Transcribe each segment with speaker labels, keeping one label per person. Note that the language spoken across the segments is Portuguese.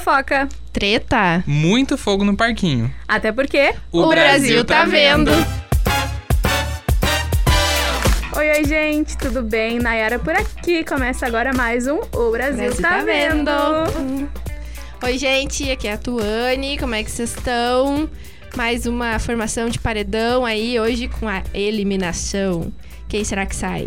Speaker 1: Fofoca.
Speaker 2: Treta.
Speaker 3: Muito fogo no parquinho.
Speaker 1: Até porque.
Speaker 2: O, Brasil, tá vendo.
Speaker 1: Oi, oi, gente, tudo bem? Nayara por aqui. Começa agora mais um O Brasil,
Speaker 2: Brasil
Speaker 1: tá,
Speaker 2: tá
Speaker 1: vendo.
Speaker 2: Oi, gente, aqui é a Tuane, como é que vocês estão? Mais uma formação de paredão aí, hoje com a eliminação. Quem será que sai?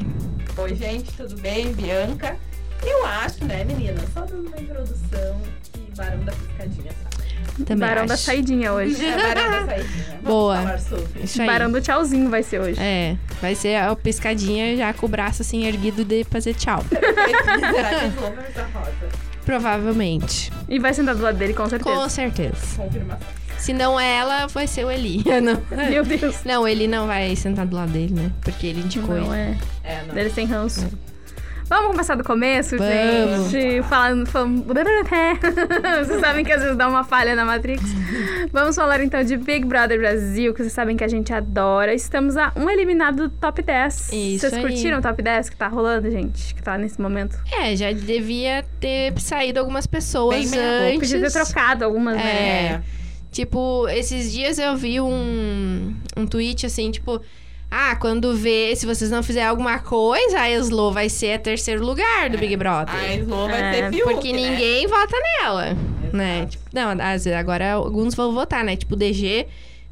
Speaker 4: Oi, gente, tudo bem? Bianca? Eu acho, né, menina? Só dando uma introdução que Barão da Piscadinha sabe.
Speaker 2: Também
Speaker 1: Barão
Speaker 2: acho.
Speaker 1: da saidinha hoje.
Speaker 4: É Barão da Saidinha. Vamos
Speaker 2: Boa.
Speaker 4: falar sobre.
Speaker 2: Isso aí.
Speaker 1: Barão do tchauzinho vai ser hoje.
Speaker 2: É, vai ser a piscadinha já com o braço assim erguido de fazer tchau.
Speaker 4: Será que Lovers da Rosa?
Speaker 2: Provavelmente.
Speaker 1: E vai sentar do lado dele, com certeza.
Speaker 2: Com certeza.
Speaker 4: Confirmação.
Speaker 2: Se não é ela, vai ser o Eli. Não,
Speaker 1: Meu Deus.
Speaker 2: não ele não vai sentar do lado dele, né? Porque ele indicou
Speaker 1: Não,
Speaker 2: ele.
Speaker 1: é.
Speaker 4: É, não.
Speaker 1: Dele sem ranço. Vamos começar do começo,
Speaker 2: Vamos.
Speaker 1: gente? Falando. falando- Vocês sabem que às vezes dá uma falha na Matrix. Vamos falar então de Big Brother Brasil, que vocês sabem que a gente adora. Estamos a um eliminado do top 10.
Speaker 2: Isso
Speaker 1: vocês
Speaker 2: aí.
Speaker 1: curtiram o top 10 que tá rolando, gente? Que tá nesse momento?
Speaker 2: É, já devia ter saído algumas
Speaker 4: Bem
Speaker 2: pessoas
Speaker 4: melhor.
Speaker 2: antes.
Speaker 1: Podia ter trocado algumas, né?
Speaker 2: É. Tipo, esses dias eu vi um, um tweet assim, tipo. Ah, quando vê, se vocês não fizerem alguma coisa, a Eslo vai ser a terceiro lugar do Big Brother.
Speaker 4: A Slow vai
Speaker 1: É,
Speaker 4: ser Fiuk,
Speaker 2: Porque ninguém vota nela, né?
Speaker 4: Exato.
Speaker 2: Tipo, não, às vezes agora alguns vão votar, né? Tipo, o DG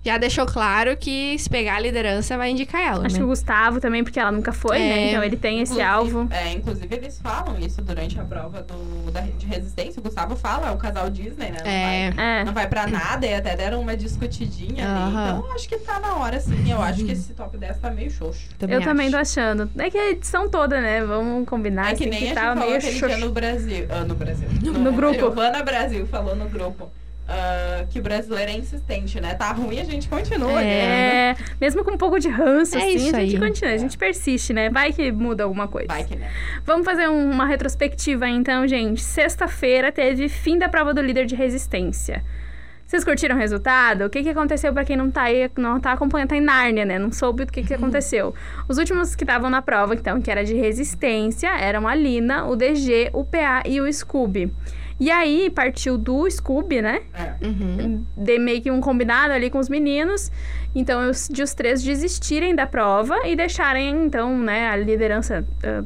Speaker 2: já deixou claro que se pegar a liderança vai indicar
Speaker 1: Acho um
Speaker 2: ela,
Speaker 1: que
Speaker 2: né?
Speaker 1: o Gustavo também, porque ela nunca foi, né?
Speaker 2: É.
Speaker 1: Então ele tem esse
Speaker 4: Inclusive-
Speaker 1: alvo.
Speaker 4: É, inclusive eles falam isso durante a prova do, da, de resistência. O Gustavo fala, é o casal Disney, né? Não
Speaker 2: É.
Speaker 4: vai-
Speaker 1: É.
Speaker 4: Não vai pra nada, e até deram uma discutidinha ali.
Speaker 2: Aham.
Speaker 4: Então, acho que tá na hora, sim. Eu acho que esse top 10 tá meio xoxo.
Speaker 1: Eu também tô
Speaker 2: acho.
Speaker 1: achando. É que é a edição toda, né? Vamos combinar.
Speaker 4: É que
Speaker 1: assim,
Speaker 4: nem a gente
Speaker 1: tava
Speaker 4: falou
Speaker 1: meio
Speaker 4: aquele dia
Speaker 1: xoxo.
Speaker 4: no Brasil. ah, no Brasil.
Speaker 1: No grupo.
Speaker 4: Giovana Brasil falou no grupo. ah, que o brasileiro é insistente, né? Tá ruim, a gente continua. né?
Speaker 1: É, mesmo com um pouco de ranço,
Speaker 2: É
Speaker 1: assim,
Speaker 2: isso
Speaker 1: a gente
Speaker 2: aí.
Speaker 1: continua, a gente persiste, né? Vai que muda alguma coisa.
Speaker 4: Vai que né?
Speaker 1: Vamos fazer um- uma retrospectiva, então, gente. Sexta-feira teve fim da prova do líder de resistência. Vocês curtiram o resultado? O que, que aconteceu pra quem não tá aí, não tá acompanhando, tá em Nárnia, né? Não soube do que,
Speaker 2: Uhum.
Speaker 1: que aconteceu. Os últimos que estavam na prova, então, que era de resistência, eram a Lina, o DG, o PA e o Scooby. E aí, partiu do Scooby, né?
Speaker 4: É.
Speaker 2: Uhum.
Speaker 1: dei meio que um combinado ali com os meninos. Então, eu, de os três desistirem da prova e deixarem, então, né, a liderança. ah,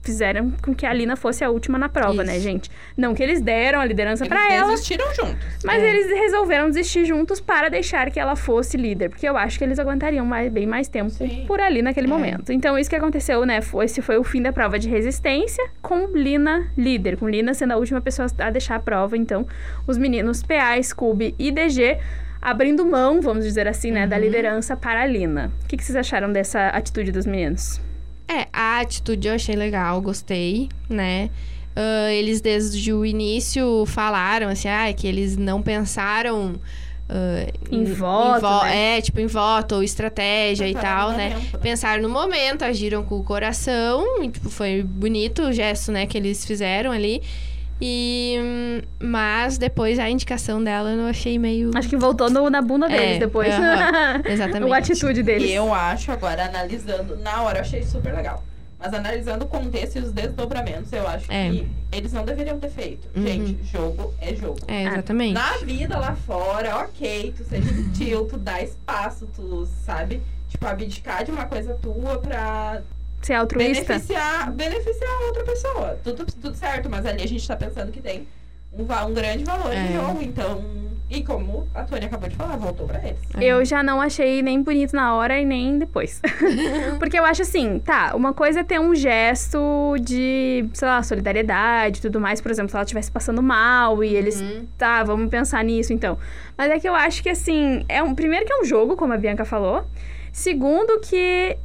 Speaker 1: fizeram com que a Lina fosse a última na prova,
Speaker 2: Isso.
Speaker 1: né, gente? Não que eles deram a liderança
Speaker 4: Eles
Speaker 1: pra ela,
Speaker 4: desistiram juntos.
Speaker 1: mas
Speaker 2: É.
Speaker 1: eles resolveram desistir juntos para deixar que ela fosse líder, porque eu acho que eles aguentariam mais- bem mais tempo
Speaker 4: Sim.
Speaker 1: por ali naquele momento. Então, isso que aconteceu, né? Foi, esse foi o fim da prova de resistência, com Lina líder, com Lina sendo a última pessoa a deixar a prova. Então, os meninos PA, Scooby e DG abrindo mão, vamos dizer assim, né, da liderança para a Lina. O que, que vocês acharam dessa atitude dos meninos?
Speaker 2: É, a atitude eu achei legal, gostei, né? Ah, eles desde o início falaram assim, ah, que eles não pensaram ah,
Speaker 1: Em voto,
Speaker 2: vo-
Speaker 1: né?
Speaker 2: é, tipo em voto ou estratégia
Speaker 4: Tá
Speaker 2: e tal, né? pensaram no momento, agiram com o coração, e, tipo, foi bonito o gesto, né, que eles fizeram ali. E hum, mas depois a indicação dela eu achei meio
Speaker 1: Acho que voltou no- na bunda
Speaker 2: É,
Speaker 1: deles depois.
Speaker 2: aham,
Speaker 1: o
Speaker 2: exatamente.
Speaker 1: atitude deles.
Speaker 4: E eu acho, agora, analisando, na hora eu achei super legal. Mas analisando o contexto e os desdobramentos, eu acho
Speaker 2: É.
Speaker 4: que eles não deveriam ter feito.
Speaker 2: Uhum.
Speaker 4: Gente, jogo é jogo.
Speaker 2: É, exatamente.
Speaker 1: Ah,
Speaker 4: Na vida lá fora, ok, tu ser gentil, tu dá espaço, tu sabe? Tipo, abdicar de uma coisa tua pra
Speaker 1: Ser é altruísta.
Speaker 4: beneficiar, beneficiar a outra pessoa. Tudo, tudo certo, mas ali a gente tá pensando que tem um, va- um grande valor
Speaker 2: É.
Speaker 4: em jogo, então. E como a Tônia acabou de falar, voltou pra eles.
Speaker 2: É.
Speaker 1: Eu já não achei nem bonito na hora e nem depois. Porque eu acho assim, tá, uma coisa é ter um gesto de, sei lá, solidariedade e tudo mais. Por exemplo, se ela estivesse passando mal e eles,
Speaker 2: Uhum.
Speaker 1: tá, vamos pensar nisso então. Mas é que eu acho que assim, é um, primeiro que é um jogo, como a Bianca falou. Segundo que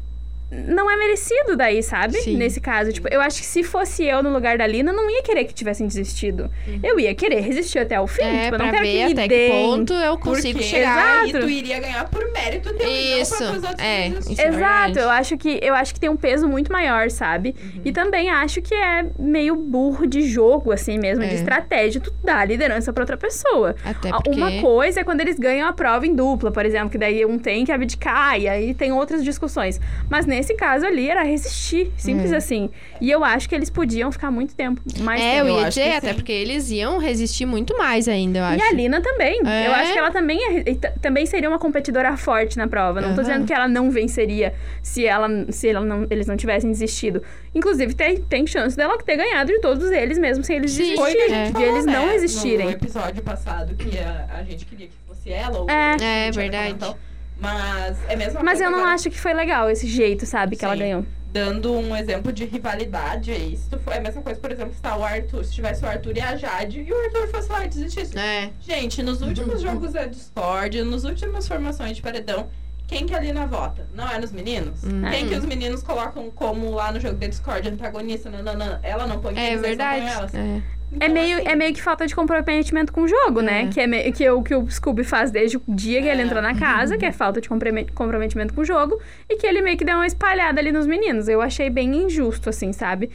Speaker 1: não é merecido daí, sabe?
Speaker 2: Sim.
Speaker 1: Nesse caso, tipo, eu acho que se fosse eu no lugar da Lina, eu não ia querer que tivessem desistido. Eu ia querer resistir até o fim,
Speaker 2: Uhum. é,
Speaker 1: tipo, eu
Speaker 2: pra
Speaker 1: não quero
Speaker 2: ver
Speaker 1: que me
Speaker 2: até que
Speaker 1: deem.
Speaker 2: ponto eu consigo
Speaker 4: Porque
Speaker 2: chegar.
Speaker 4: aí
Speaker 1: Exato.
Speaker 4: tu iria ganhar por mérito teu
Speaker 2: Isso,
Speaker 4: e não pra os outros
Speaker 2: é,
Speaker 4: desistirem.
Speaker 2: isso é
Speaker 1: Exato,
Speaker 2: verdade. Uhum.
Speaker 1: eu acho que eu acho que tem um peso muito maior, sabe? E também acho que é meio burro de jogo, assim mesmo, de
Speaker 2: É.
Speaker 1: estratégia, tu dá a liderança pra outra pessoa.
Speaker 2: Até
Speaker 1: A-
Speaker 2: porque
Speaker 1: Ah, Uma coisa é quando eles ganham a prova em dupla, por exemplo, que daí um tem que abdicar e aí tem outras discussões. Mas nesse nesse caso ali era resistir, simples assim. E eu acho que eles podiam ficar muito tempo mais
Speaker 2: é,
Speaker 1: tempo.
Speaker 2: eu
Speaker 4: eu
Speaker 2: ia
Speaker 4: acho
Speaker 2: dizer,
Speaker 4: que
Speaker 2: até
Speaker 4: sim.
Speaker 2: porque eles iam resistir muito mais ainda, eu
Speaker 1: E
Speaker 2: acho.
Speaker 1: a Lina também.
Speaker 2: É.
Speaker 1: Eu acho que ela também, é- e t- também seria uma competidora forte na prova. Não tô
Speaker 2: Aham.
Speaker 1: dizendo que ela não venceria se, ela, se ela não- eles não tivessem desistido. Inclusive, tem, tem chance dela ter ganhado de todos eles, mesmo sem eles
Speaker 2: Sim,
Speaker 4: Foi o que a
Speaker 1: desistirem.
Speaker 2: É.
Speaker 4: gente
Speaker 1: De
Speaker 4: falou,
Speaker 1: eles
Speaker 4: né,
Speaker 1: não
Speaker 4: No
Speaker 1: existirem.
Speaker 4: episódio passado que a, a gente queria que fosse ela. Ou
Speaker 1: É.
Speaker 4: a gente
Speaker 2: É,
Speaker 4: já
Speaker 2: verdade.
Speaker 4: comentou. Mas é a mesma
Speaker 1: Mas
Speaker 4: coisa
Speaker 1: eu não
Speaker 4: agora,
Speaker 1: acho que foi legal esse jeito, sabe, que ela
Speaker 4: Sim.
Speaker 1: ganhou.
Speaker 4: Dando um exemplo de rivalidade, é isso foi a mesma coisa, por exemplo, se tá o Arthur, se tivesse o Arthur e a Jade, e o Arthur fosse lá e desistisse.
Speaker 2: É.
Speaker 4: Gente, nos últimos
Speaker 1: Uhum.
Speaker 4: jogos da Discord, nos últimas formações de paredão, quem que a Lina vota? Não é nos meninos?
Speaker 2: Hum.
Speaker 4: Quem que os meninos colocam como lá no jogo da Discord, antagonista? Nananã, ela não põe quem
Speaker 2: É
Speaker 4: eles, eles não põem
Speaker 2: verdade.
Speaker 4: elas.
Speaker 2: É.
Speaker 1: É
Speaker 4: Então,
Speaker 1: meio,
Speaker 4: assim,
Speaker 1: é meio que falta de comprometimento com o jogo, né?
Speaker 2: É.
Speaker 1: Que é meio, que é o que o Scooby faz desde o dia que ele
Speaker 4: É.
Speaker 1: entrou na casa, que é falta de comprome- comprometimento com o jogo, e que ele meio que deu uma espalhada ali nos meninos. Eu achei bem injusto, assim, sabe?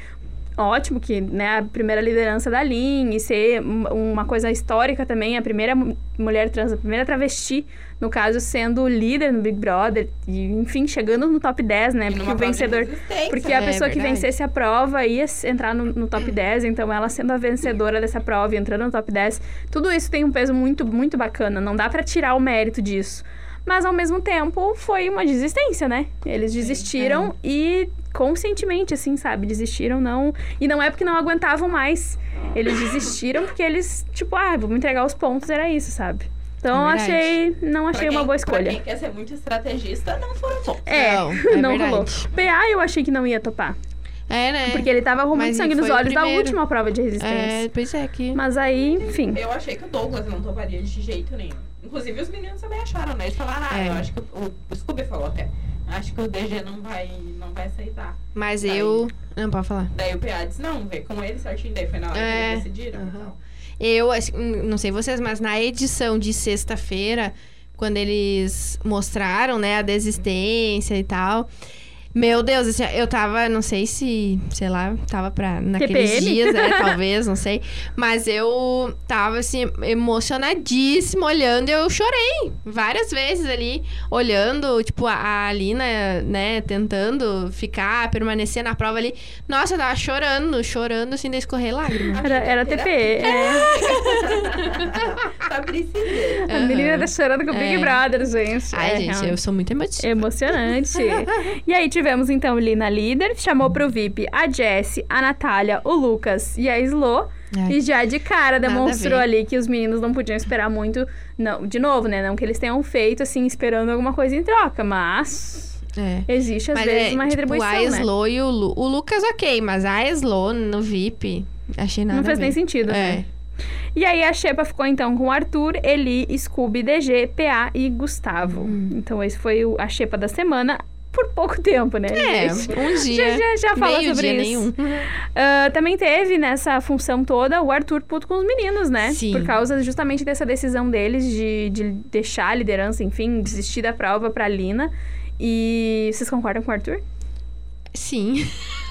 Speaker 1: Ótimo que, né, a primeira liderança da Lin e ser um- uma coisa histórica também, a primeira mu- mulher trans, a primeira travesti, no caso, sendo líder no Big Brother, e enfim, chegando no top 10, né?
Speaker 4: e
Speaker 1: Porque
Speaker 4: numa
Speaker 1: o
Speaker 4: prova de
Speaker 1: vencedor
Speaker 4: resistência,
Speaker 1: porque a
Speaker 2: É
Speaker 1: pessoa que
Speaker 2: verdade.
Speaker 1: vencesse a prova ia s- entrar no, no top 10, então ela sendo a vencedora dessa prova e entrando no top 10, tudo isso tem um peso muito, muito bacana. Não dá pra tirar o mérito disso. Mas ao mesmo tempo foi uma desistência, né? Eles desistiram
Speaker 2: é.
Speaker 1: e conscientemente, assim, sabe? Desistiram, não. E não é porque não aguentavam mais. Eles desistiram porque eles, tipo, ah, vamos entregar os pontos, era isso, sabe? Então eu
Speaker 2: É verdade.
Speaker 1: achei. Não
Speaker 4: Pra
Speaker 1: achei
Speaker 4: quem-
Speaker 1: uma boa
Speaker 4: Pra
Speaker 1: escolha.
Speaker 4: quem quer ser muito estrategista, não foram bons.
Speaker 1: É,
Speaker 2: Não,
Speaker 1: não,
Speaker 2: é
Speaker 1: rolou.
Speaker 2: verdade.
Speaker 1: PA eu achei que não ia topar.
Speaker 2: É, né?
Speaker 1: Porque ele tava arrumando
Speaker 2: Mas
Speaker 1: sangue
Speaker 2: ele
Speaker 1: nos
Speaker 2: foi o
Speaker 1: olhos da
Speaker 2: primeiro.
Speaker 1: última prova de resistência.
Speaker 2: É, pois é que.
Speaker 1: Mas aí, enfim.
Speaker 4: Eu achei que o Douglas não toparia de jeito nenhum. Inclusive, os meninos também acharam, né? Eles falaram, ah,
Speaker 2: É.
Speaker 4: eu acho que o, o Scooby falou até. Acho que o DG não vai, não vai aceitar.
Speaker 2: Mas
Speaker 4: Tá
Speaker 2: eu. Não, pode falar.
Speaker 4: Daí o PA disse, não, vê com ele certinho. Daí foi na hora
Speaker 2: É.
Speaker 4: que eles decidiram. então. e
Speaker 2: Aham.
Speaker 4: tal.
Speaker 2: Eu, assim, não sei vocês, mas na edição de sexta-feira, quando eles mostraram, né, a desistência e tal. Meu Deus, assim, eu tava, não sei se, sei lá, tava pra, naqueles
Speaker 1: TPM?
Speaker 2: dias, né, talvez, não sei. Mas eu tava, assim, emocionadíssima olhando e eu chorei várias vezes ali, olhando, tipo, a, a Alina, né, tentando ficar, permanecer na prova ali. Nossa, eu tava chorando, chorando, assim, de escorrer lágrimas.
Speaker 1: Era, era TPE. É.
Speaker 4: tá precisando.
Speaker 1: A menina tá chorando com o Big
Speaker 2: É.
Speaker 1: Brother, gente.
Speaker 2: Ai,
Speaker 1: É,
Speaker 2: gente, eu
Speaker 1: realmente
Speaker 2: sou muito emotiva.
Speaker 1: Emocionante. e aí tivemos então Lina líder, chamou pro VIP a Jessie, a Natália, o Lucas e a Slo.
Speaker 2: Ai.
Speaker 1: E já de cara
Speaker 2: Nada a
Speaker 1: demonstrou
Speaker 2: ver.
Speaker 1: ali que os meninos não podiam esperar muito. Não, de novo, né? Não que eles tenham feito assim, esperando alguma coisa em troca, mas
Speaker 2: É.
Speaker 1: existe às
Speaker 2: Mas
Speaker 1: vezes
Speaker 2: é,
Speaker 1: uma
Speaker 2: tipo,
Speaker 1: retribuição.
Speaker 2: a
Speaker 1: né?
Speaker 2: Slo e o, Lu... o Lucas, ok, mas a Slo no VIP, achei nada
Speaker 1: Não fez
Speaker 2: a
Speaker 1: nem
Speaker 2: ver.
Speaker 1: sentido, né?
Speaker 2: É.
Speaker 1: E aí a Xepa ficou então com Arthur, Eli, Scooby, DG, PA e Gustavo.
Speaker 2: Hum.
Speaker 1: Então esse foi o- a Xepa da semana por pouco tempo, né?
Speaker 2: É,
Speaker 1: gente?
Speaker 2: um
Speaker 1: Já,
Speaker 2: dia.
Speaker 1: já, já fala
Speaker 2: meio
Speaker 1: sobre
Speaker 2: dia um.
Speaker 1: isso.
Speaker 2: nenhum.
Speaker 1: Ah, também teve nessa função toda o Arthur puto com os meninos, né?
Speaker 2: Sim.
Speaker 1: Por causa justamente dessa decisão deles de, de deixar a liderança, enfim, desistir da prova pra Lina. E vocês concordam com o Arthur?
Speaker 2: Sim.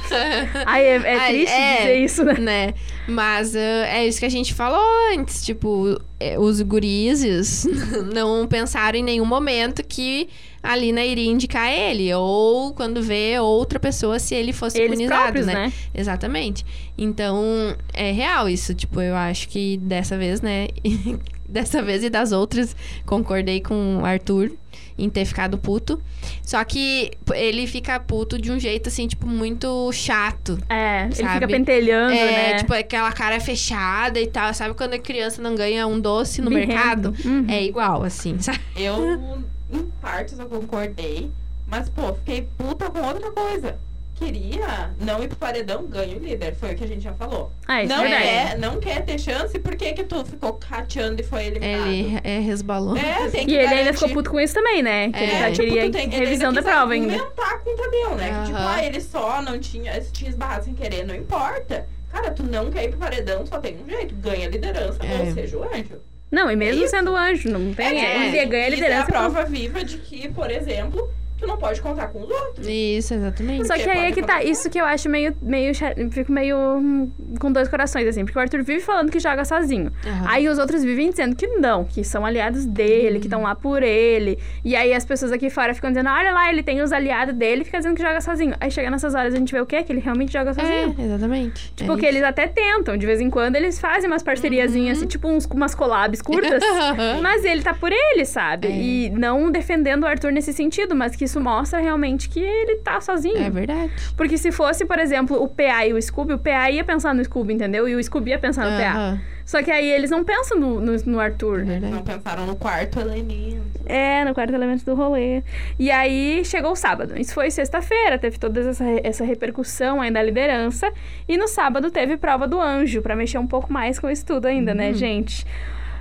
Speaker 1: Ai, é, é
Speaker 2: Ai,
Speaker 1: triste
Speaker 2: é.
Speaker 1: dizer isso, né?
Speaker 2: né? Mas ah, é isso que a gente falou antes. Tipo, é, os gurizes não pensaram em nenhum momento que a Lina iria indicar ele. Ou quando vê outra pessoa, se ele fosse
Speaker 1: Eles
Speaker 2: imunizado,
Speaker 1: próprios,
Speaker 2: né?
Speaker 1: né?
Speaker 2: Exatamente. Então, é real isso. Tipo, eu acho que dessa vez, né? dessa vez e das outras, concordei com o Arthur em ter ficado puto. Só que p- ele fica puto de um jeito, assim, tipo, muito chato.
Speaker 1: É, ele
Speaker 2: Sabe?
Speaker 1: fica pentelhando,
Speaker 2: é,
Speaker 1: né?
Speaker 2: tipo, aquela cara fechada e tal. Sabe quando a criança não ganha um doce no
Speaker 1: Birrento.
Speaker 2: mercado?
Speaker 1: Uhum.
Speaker 2: É igual, assim, sabe?
Speaker 4: Eu, em partes, eu concordei. Mas, pô, fiquei puta com outra coisa. Queria não ir pro paredão, ganho o líder. Foi o que a gente já falou.
Speaker 1: Ah, isso
Speaker 4: não,
Speaker 1: é verdade.
Speaker 4: quer, não quer ter chance, por que que tu ficou cateando e foi eliminado?
Speaker 2: Ele é, resbalou.
Speaker 4: É, tem que
Speaker 1: E ele ainda
Speaker 4: garantir.
Speaker 1: ficou puto com isso também, né? Que
Speaker 2: É,
Speaker 1: ele já
Speaker 4: tipo,
Speaker 1: queria
Speaker 4: tu tem- ele
Speaker 1: revisão
Speaker 4: ainda
Speaker 1: da
Speaker 4: quis
Speaker 1: prova ainda.
Speaker 4: argumentar com o Tadeu, né? Que, tipo,
Speaker 2: Aham.
Speaker 4: ah, ele só não tinha, tinha esbarrado sem querer, não importa. Cara, tu não quer ir pro paredão, só tem um jeito, ganha a liderança,
Speaker 2: É.
Speaker 4: ou seja, o anjo.
Speaker 1: Não, e mesmo
Speaker 4: É Isso.
Speaker 1: sendo anjo, não tem. é,
Speaker 4: tipo,
Speaker 1: ele ganha a
Speaker 4: isso é a
Speaker 1: liderança.
Speaker 4: prova viva de que, por exemplo, tu não pode contar com os outros.
Speaker 2: Isso, exatamente.
Speaker 1: Só que aí é
Speaker 4: pode
Speaker 1: que tá.
Speaker 4: acontecer.
Speaker 1: Isso que eu acho meio. meio cha- fico meio hum, com dois corações, assim. Porque o Arthur vive falando que joga sozinho.
Speaker 2: Aham.
Speaker 1: Aí os outros vivem dizendo que não, que são aliados dele, que estão lá por ele. E aí as pessoas aqui fora ficam dizendo: olha lá, ele tem os aliados dele, fica dizendo que joga sozinho. Aí chega nessas horas a gente vê o quê? Que ele realmente joga sozinho.
Speaker 2: É, exatamente.
Speaker 1: Tipo,
Speaker 2: é
Speaker 1: que eles até tentam, de vez em quando eles fazem umas parceriazinhas,
Speaker 2: Uhum.
Speaker 1: assim, tipo uns, umas collabs curtas.
Speaker 2: Aham.
Speaker 1: mas ele tá por ele, sabe?
Speaker 2: Uhum. É.
Speaker 1: E não defendendo o Arthur nesse sentido, mas que isso mostra realmente que ele tá sozinho.
Speaker 2: É verdade.
Speaker 1: Porque se fosse, por exemplo, o PA e o Scooby, o PA ia pensar no Scooby, entendeu? E o Scooby ia pensar no PA.
Speaker 2: Aham,
Speaker 1: Só que aí eles não pensam no, no, no
Speaker 2: é
Speaker 1: Arthur.
Speaker 2: verdade.
Speaker 4: Não pensaram no quarto elemento.
Speaker 1: É, no quarto elemento do rolê. E aí chegou o sábado. Isso foi sexta-feira, teve toda essa, essa repercussão ainda da liderança. E no sábado teve prova do anjo, pra mexer um pouco mais com o estudo ainda, né, gente?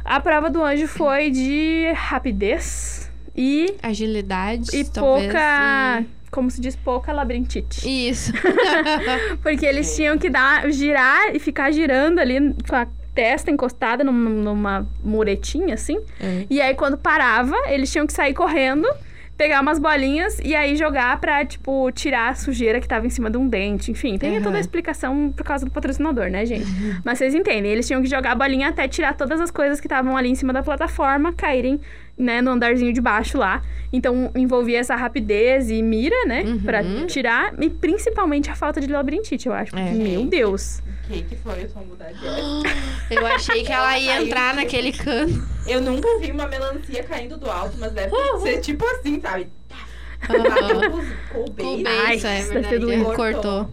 Speaker 1: A prova do anjo foi de rapidez e,
Speaker 2: Agilidade.
Speaker 1: e
Speaker 2: talvez,
Speaker 1: pouca. Como se diz, pouca labirintite.
Speaker 2: e- Isso.
Speaker 1: Porque eles tinham que dar, girar e ficar girando ali com a testa encostada num- numa muretinha, assim.
Speaker 2: É.
Speaker 1: E aí, quando parava, eles tinham que sair correndo, pegar umas bolinhas e aí jogar pra, tipo, tirar a sujeira que tava em cima de um dente. Enfim, tem
Speaker 2: Aham. Uhum.
Speaker 1: toda a explicação por causa do patrocinador, né, gente? Mas vocês entendem, eles tinham que jogar a bolinha até tirar todas as coisas que estavam ali em cima da plataforma, caírem, né, no andarzinho de baixo lá. Então, envolvia essa rapidez e mira, né,
Speaker 2: Uhum.
Speaker 1: pra tirar. E principalmente a falta de labirintite, eu acho.
Speaker 2: É.
Speaker 1: Meu Deus.
Speaker 4: O que, que foi o tombo da Jess?
Speaker 2: Eu achei que ela ia
Speaker 4: Ela caiu,
Speaker 2: entrar
Speaker 4: tipo-
Speaker 2: naquele cano.
Speaker 4: Eu nunca vi uma melancia caindo do alto, mas deve
Speaker 1: Ah,
Speaker 4: ser tipo assim, sabe?
Speaker 2: Aham.
Speaker 4: Colbei.
Speaker 2: Coube
Speaker 1: Ai,
Speaker 2: isso, é
Speaker 1: isso
Speaker 2: verdade.
Speaker 1: deve ter
Speaker 2: ele
Speaker 4: doído.
Speaker 2: cortou.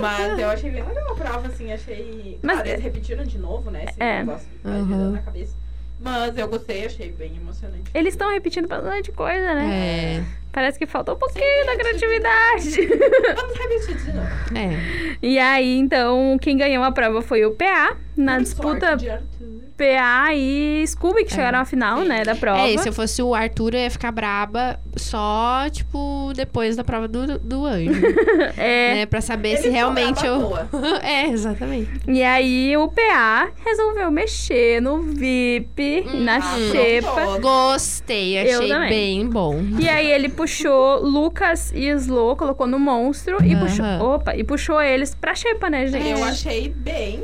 Speaker 4: Mas eu achei bem legal a prova, assim, achei.
Speaker 1: Mas-
Speaker 4: Mas eles repetiram de novo, né? Esse
Speaker 1: É.
Speaker 4: negócio de ficar
Speaker 2: Aham.
Speaker 4: girando na cabeça. Mas eu gostei, achei bem emocionante.
Speaker 1: Eles estão repetindo bastante coisa, né?
Speaker 2: É.
Speaker 1: Parece que faltou um pouquinho da criatividade.
Speaker 4: Vamos repetir de novo.
Speaker 2: É.
Speaker 1: E aí, então, quem ganhou a prova foi o PA. Na
Speaker 4: Por
Speaker 1: disputa,
Speaker 4: sorte de Arthur.
Speaker 1: PA e Scooby, que chegaram à final, né, da prova.
Speaker 2: É, e se eu fosse o Arthur, eu ia ficar braba só, tipo, depois da prova do, do anjo.
Speaker 1: É,
Speaker 2: Né? Pra saber
Speaker 4: Ele
Speaker 2: se
Speaker 4: foi
Speaker 2: realmente
Speaker 4: braba
Speaker 2: eu.
Speaker 4: boa.
Speaker 2: é, exatamente.
Speaker 1: E aí, o PA resolveu mexer no VIP,
Speaker 2: Hum.
Speaker 1: na
Speaker 2: Ah,
Speaker 1: xepa.
Speaker 4: pronto.
Speaker 2: Gostei,
Speaker 1: Eu
Speaker 2: achei
Speaker 1: também.
Speaker 2: bem bom.
Speaker 1: E aí, ele puxou Lucas e Slo, colocou no monstro e
Speaker 2: Aham.
Speaker 1: puxou... Opa! E puxou eles pra xepa, né,
Speaker 2: É,
Speaker 1: gente?
Speaker 4: Eu achei bem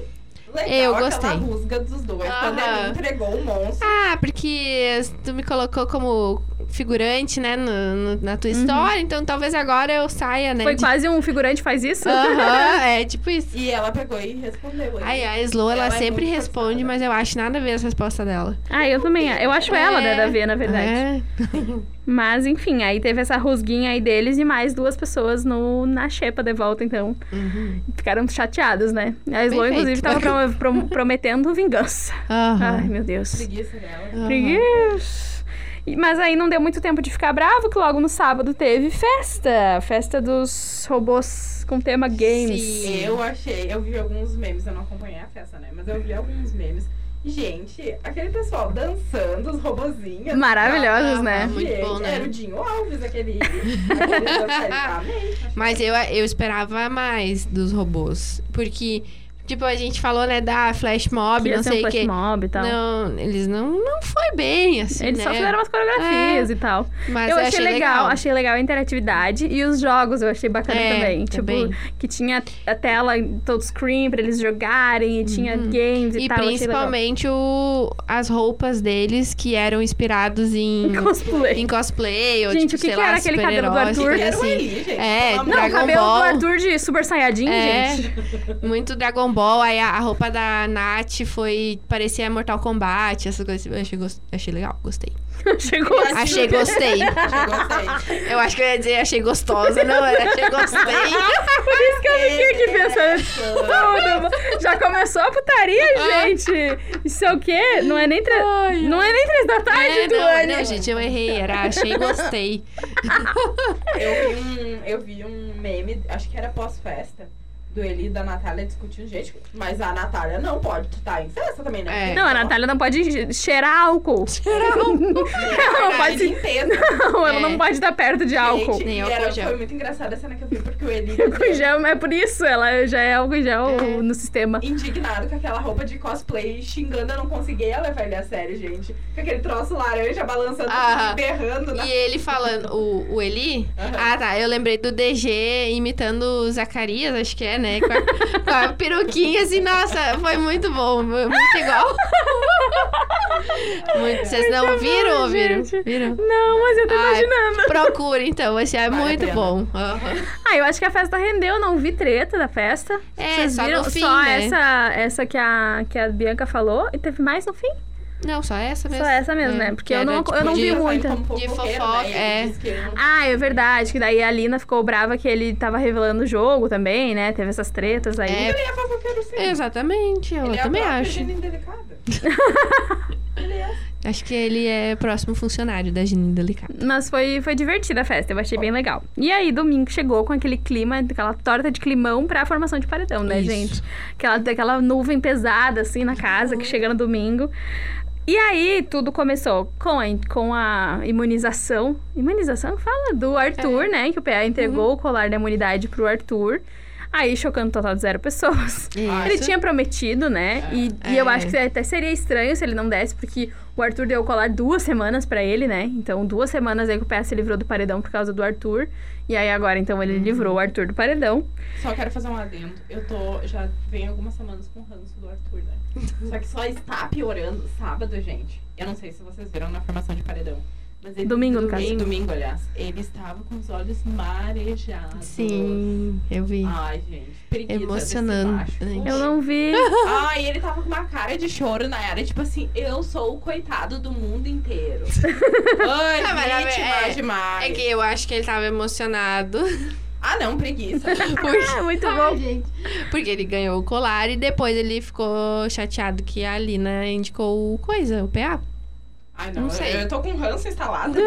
Speaker 4: legal
Speaker 2: Eu
Speaker 4: aquela
Speaker 2: gostei.
Speaker 4: rusga dos dois. Quando
Speaker 2: Aham.
Speaker 4: ele entregou o monstro.
Speaker 2: Ah, porque tu me colocou como figurante, né, no- no- na tua história, então talvez agora eu saia, né?
Speaker 1: Foi
Speaker 2: de-
Speaker 1: quase um figurante faz isso?
Speaker 2: Aham, é tipo isso.
Speaker 4: E ela pegou e respondeu. ele.
Speaker 2: Ai, a Slow, ela,
Speaker 4: Ela é
Speaker 2: sempre
Speaker 4: muito
Speaker 2: responde,
Speaker 4: forçada.
Speaker 2: mas eu acho nada a ver essa resposta dela.
Speaker 1: Ah, eu também. Eu acho ela, né, da V, na verdade.
Speaker 2: É.
Speaker 1: Mas enfim, aí teve essa rusguinha aí deles e mais duas pessoas no, na xepa de volta, então. Ficaram chateadas, né? A Slow,
Speaker 2: Uhum. Perfeito.
Speaker 1: inclusive, tava pro- pro- prometendo vingança. Ai,
Speaker 2: Aham.
Speaker 1: meu Deus.
Speaker 4: Preguiça dela.
Speaker 2: Aham.
Speaker 1: Preguiça. E- Mas aí não deu muito tempo de ficar bravo, que logo no sábado teve festa. Festa dos robôs com tema games.
Speaker 2: Sim.
Speaker 4: Eu achei, eu vi alguns memes, eu não acompanhei a festa, né? Mas eu vi alguns memes. Gente, aquele pessoal dançando, os robozinhos.
Speaker 1: Maravilhosos,
Speaker 2: Ah,
Speaker 1: né?
Speaker 2: amo. Muito bom, né?
Speaker 4: Era o Dinho Alves, aquele. aquele dançarino. Amei, achei
Speaker 2: Mas eu, eu esperava mais dos robôs. Porque, tipo, a gente falou, né, da Flash Mob,
Speaker 1: Queria
Speaker 2: não
Speaker 1: ser
Speaker 2: sei
Speaker 1: um
Speaker 2: o
Speaker 1: flash
Speaker 2: quê.
Speaker 1: mob e tal.
Speaker 2: Não, eles não, não foi bem, assim,
Speaker 1: Eles
Speaker 2: né? É.
Speaker 1: só fizeram umas coreografias e tal.
Speaker 2: Mas
Speaker 1: eu achei, legal, achei legal a interatividade e os jogos eu achei bacana
Speaker 2: É,
Speaker 1: também. Tipo,
Speaker 2: também.
Speaker 1: que tinha a tela touchscreen pra eles jogarem e tinha games e,
Speaker 2: Uhum. E
Speaker 1: tal. eu achei legal.
Speaker 2: principalmente o, as roupas deles que eram inspirados em,
Speaker 1: Cosplay.
Speaker 2: em cosplay. Ou,
Speaker 1: Gente,
Speaker 2: tipo,
Speaker 1: o que
Speaker 2: sei
Speaker 1: que
Speaker 2: lá,
Speaker 1: era aquele cabelo do
Speaker 2: super-heróis,
Speaker 1: Arthur?
Speaker 2: coisa
Speaker 4: Era o
Speaker 2: assim.
Speaker 4: Eli, gente.
Speaker 2: É,
Speaker 4: Pelo amor
Speaker 1: Não,
Speaker 4: de
Speaker 1: o
Speaker 2: Dragon
Speaker 1: cabelo
Speaker 2: Ball.
Speaker 1: do Arthur de Super Saiyajin,
Speaker 2: É.
Speaker 1: gente.
Speaker 2: Muito Dragon Ball. Aí a, a roupa da Nath foi. parecia Mortal Kombat, essas coisas. Eu achei, gos- achei legal, gostei.
Speaker 1: Chegou assim.
Speaker 2: Achei gostei.
Speaker 4: Deus, eu gostei.
Speaker 2: Eu acho que eu ia dizer achei gostosa, não? Era achei gostei.
Speaker 1: Por isso que eu não tinha que pensar tudo. Já começou a
Speaker 2: Ah.
Speaker 1: putaria, gente. Isso é o quê? Não é nem, tre... não é nem três da tarde,
Speaker 2: É, não,
Speaker 1: Duane.
Speaker 2: né, gente? Eu errei. Era achei gostei.
Speaker 4: Eu vi um, eu vi um meme, acho que era pós-festa, do Eli e da Natália discutindo, gente, mas a Natália não pode estar em festa também, né?
Speaker 2: É.
Speaker 4: Porque
Speaker 1: Não, a
Speaker 4: ela-
Speaker 1: Natália não pode cheirar álcool.
Speaker 2: Cheirar álcool.
Speaker 1: ela não
Speaker 4: Verdade
Speaker 1: pode.
Speaker 4: inteira.
Speaker 1: Não, ela
Speaker 2: É.
Speaker 1: não pode dar perto de álcool.
Speaker 4: Gente,
Speaker 2: Nem
Speaker 4: e
Speaker 2: álcool
Speaker 4: era-
Speaker 2: gel.
Speaker 4: Foi muito engraçada a cena que eu vi, porque o Eli
Speaker 1: Álcool em gel, é por isso, ela já é álcool em gel
Speaker 2: É.
Speaker 1: no sistema.
Speaker 4: indignado com aquela roupa de cosplay, xingando, eu não conseguia levar ele a sério, gente. Com aquele troço laranja balançando,
Speaker 2: Ah.
Speaker 4: berrando.
Speaker 1: né?
Speaker 4: na-
Speaker 2: E ele falando, o, o Eli.
Speaker 4: Aham.
Speaker 2: Ah, tá. Eu lembrei do DG imitando o Zacarias, acho que é, né? Com a, com a peruquinha, assim, nossa, foi muito bom. Muito igual. Muito, vocês não
Speaker 1: Muito
Speaker 2: viram,
Speaker 1: bom,
Speaker 2: ouviram?
Speaker 1: gente.
Speaker 2: Viram?
Speaker 1: Não, mas eu tô
Speaker 2: Ai,
Speaker 1: imaginando.
Speaker 2: Procura, então. Esse é
Speaker 4: Vale a
Speaker 2: muito
Speaker 4: pena.
Speaker 2: bom. Aham.
Speaker 1: Ah, eu acho que a festa rendeu, não vi treta da festa.
Speaker 2: É,
Speaker 1: Vocês
Speaker 2: só
Speaker 1: viram
Speaker 2: no fim,
Speaker 1: só
Speaker 2: né?
Speaker 1: essa, essa que, a, que a Bianca falou? E teve mais no fim?
Speaker 2: Não, só essa mesmo.
Speaker 1: Só essa mesmo,
Speaker 2: É,
Speaker 1: né? Porque eu
Speaker 2: era,
Speaker 1: não, eu não
Speaker 2: tipo,
Speaker 1: vi
Speaker 2: de-
Speaker 1: muita.
Speaker 4: Como
Speaker 2: de
Speaker 4: fofoqueiro,
Speaker 2: fofoca,
Speaker 4: né? Ele
Speaker 2: é.
Speaker 4: disse que ele não-
Speaker 1: Ah, é verdade, que daí a Lina ficou brava que ele tava revelando o jogo também, né? Teve essas tretas aí.
Speaker 2: É.
Speaker 4: Ele é fofoqueiro sim.
Speaker 2: Exatamente, eu
Speaker 4: Ele é
Speaker 2: também
Speaker 4: a própria
Speaker 2: acho.
Speaker 4: Gina Indelicada. ele é assim.
Speaker 2: Acho que ele é próximo funcionário da Janine Delicado.
Speaker 1: Mas foi, foi divertida a festa, eu achei bem legal. E aí, domingo chegou com aquele clima, aquela torta de climão pra formação de paredão, né,
Speaker 2: Isso.
Speaker 1: gente? Aquela, aquela nuvem pesada, assim, na casa, que chega no domingo. E aí, tudo começou com a, com a imunização. Imunização que fala do Arthur, né? Que o PA entregou o colar da imunidade pro Arthur. Aí, chocando o total de zero pessoas. Ele tinha prometido, né? E, e eu
Speaker 2: É.
Speaker 1: acho que até seria estranho se ele não desse, porque o Arthur deu o colar duas semanas pra ele, né? Então, duas semanas aí que o PS se livrou do paredão por causa do Arthur. E aí agora, então, ele livrou o Arthur do paredão.
Speaker 4: Só quero fazer um adendo. Eu tô. Já venho algumas semanas com o ranço do Arthur, né? Só que só está piorando sábado, gente. Eu não sei se vocês viram na formação de paredão. Mas ele,
Speaker 1: Domingo, no caso.
Speaker 4: domingo, domingo, aliás. Ele estava com os olhos marejados.
Speaker 2: Sim, eu vi.
Speaker 1: Ah,
Speaker 4: Ai, gente. Preguiça desse
Speaker 2: Emocionante.
Speaker 4: macho.
Speaker 1: Eu não vi.
Speaker 4: Ai, ele tava com uma cara de choro na área. Tipo assim, eu sou o coitado do mundo inteiro. Ai,
Speaker 2: Ah, mas é-
Speaker 4: vítima
Speaker 2: é-
Speaker 4: demais.
Speaker 2: É que eu acho que ele tava emocionado.
Speaker 4: Ah, não, preguiça.
Speaker 1: ah, muito bom.
Speaker 2: É Porque ele ganhou o colar e depois ele ficou chateado que a Alina indicou o coisa, o PA.
Speaker 4: Ai, não.
Speaker 2: Não
Speaker 4: eu-
Speaker 2: sei.
Speaker 4: Eu tô com ranço instalado. Não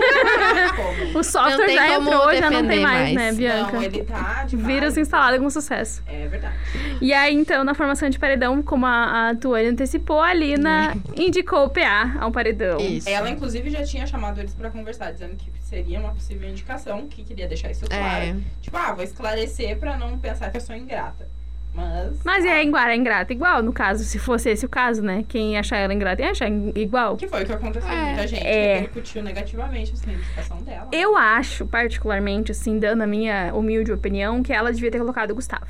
Speaker 4: tem como.
Speaker 1: O software
Speaker 2: tem
Speaker 1: já
Speaker 2: como
Speaker 1: entrou, já não tem
Speaker 2: defender
Speaker 1: mais,
Speaker 2: mais.
Speaker 1: né, Bianca?
Speaker 4: Não, ele tá de
Speaker 1: Vírus instalado com sucesso.
Speaker 4: É verdade.
Speaker 1: E aí, então, na formação de paredão, como a, a Tuane antecipou, a Lina indicou o PA ao paredão.
Speaker 2: Uhum. Isso.
Speaker 4: Ela, inclusive, já tinha chamado eles pra conversar, dizendo que seria uma possível indicação, que queria deixar isso claro.
Speaker 2: É.
Speaker 4: Tipo, ah, vou esclarecer pra não pensar que eu sou ingrata. Mas.
Speaker 1: Mas é
Speaker 4: ah,
Speaker 1: ingrata, é ingrata igual, no caso, se fosse esse o caso, né? Quem achar ela ingrata ia achar in- igual.
Speaker 4: Que foi o que aconteceu
Speaker 2: É.
Speaker 4: com muita gente.
Speaker 1: É.
Speaker 4: Que repercutiu negativamente assim, a indicação dela.
Speaker 1: Eu acho, particularmente, assim, dando a minha humilde opinião, que ela devia ter colocado o Gustavo.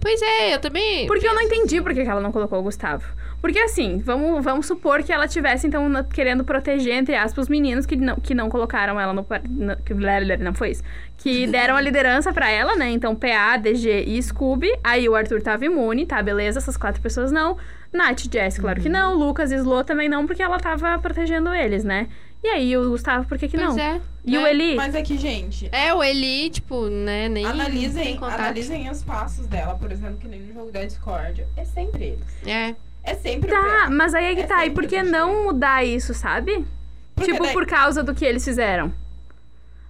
Speaker 2: Pois é, eu também.
Speaker 1: Porque eu não entendi por que que ela não colocou o Gustavo. Porque, assim, vamos, vamos supor que ela tivesse, então, na- querendo proteger, entre aspas, os meninos que não, que não colocaram ela no... par- no- que blá, blá, blá, Não foi isso. Que deram a liderança pra ela, né? Então, PA, DG e Scooby. Aí o Arthur tava imune, tá? Beleza, essas quatro pessoas não. Nath e Jess, claro
Speaker 2: Uhum.
Speaker 1: que não. Lucas e Slo também não, porque ela tava protegendo eles, né? E aí o Gustavo, por que que
Speaker 2: Pois
Speaker 1: não?
Speaker 2: é.
Speaker 1: E o
Speaker 2: É.
Speaker 1: Eli?
Speaker 4: Mas é que, gente,
Speaker 2: É, o Eli, tipo, né, nem tem
Speaker 4: analisem,
Speaker 2: contato.
Speaker 4: analisem os passos dela, por exemplo, que nem no jogo da Discord. É sempre eles.
Speaker 2: É.
Speaker 4: É sempre o
Speaker 1: Tá,
Speaker 4: Pedro.
Speaker 1: mas aí é que
Speaker 4: É
Speaker 1: tá. E
Speaker 4: sempre
Speaker 1: por que
Speaker 4: desse
Speaker 1: não mudar isso, sabe?
Speaker 4: Porque
Speaker 1: tipo,
Speaker 4: daí-
Speaker 1: por causa do que eles fizeram.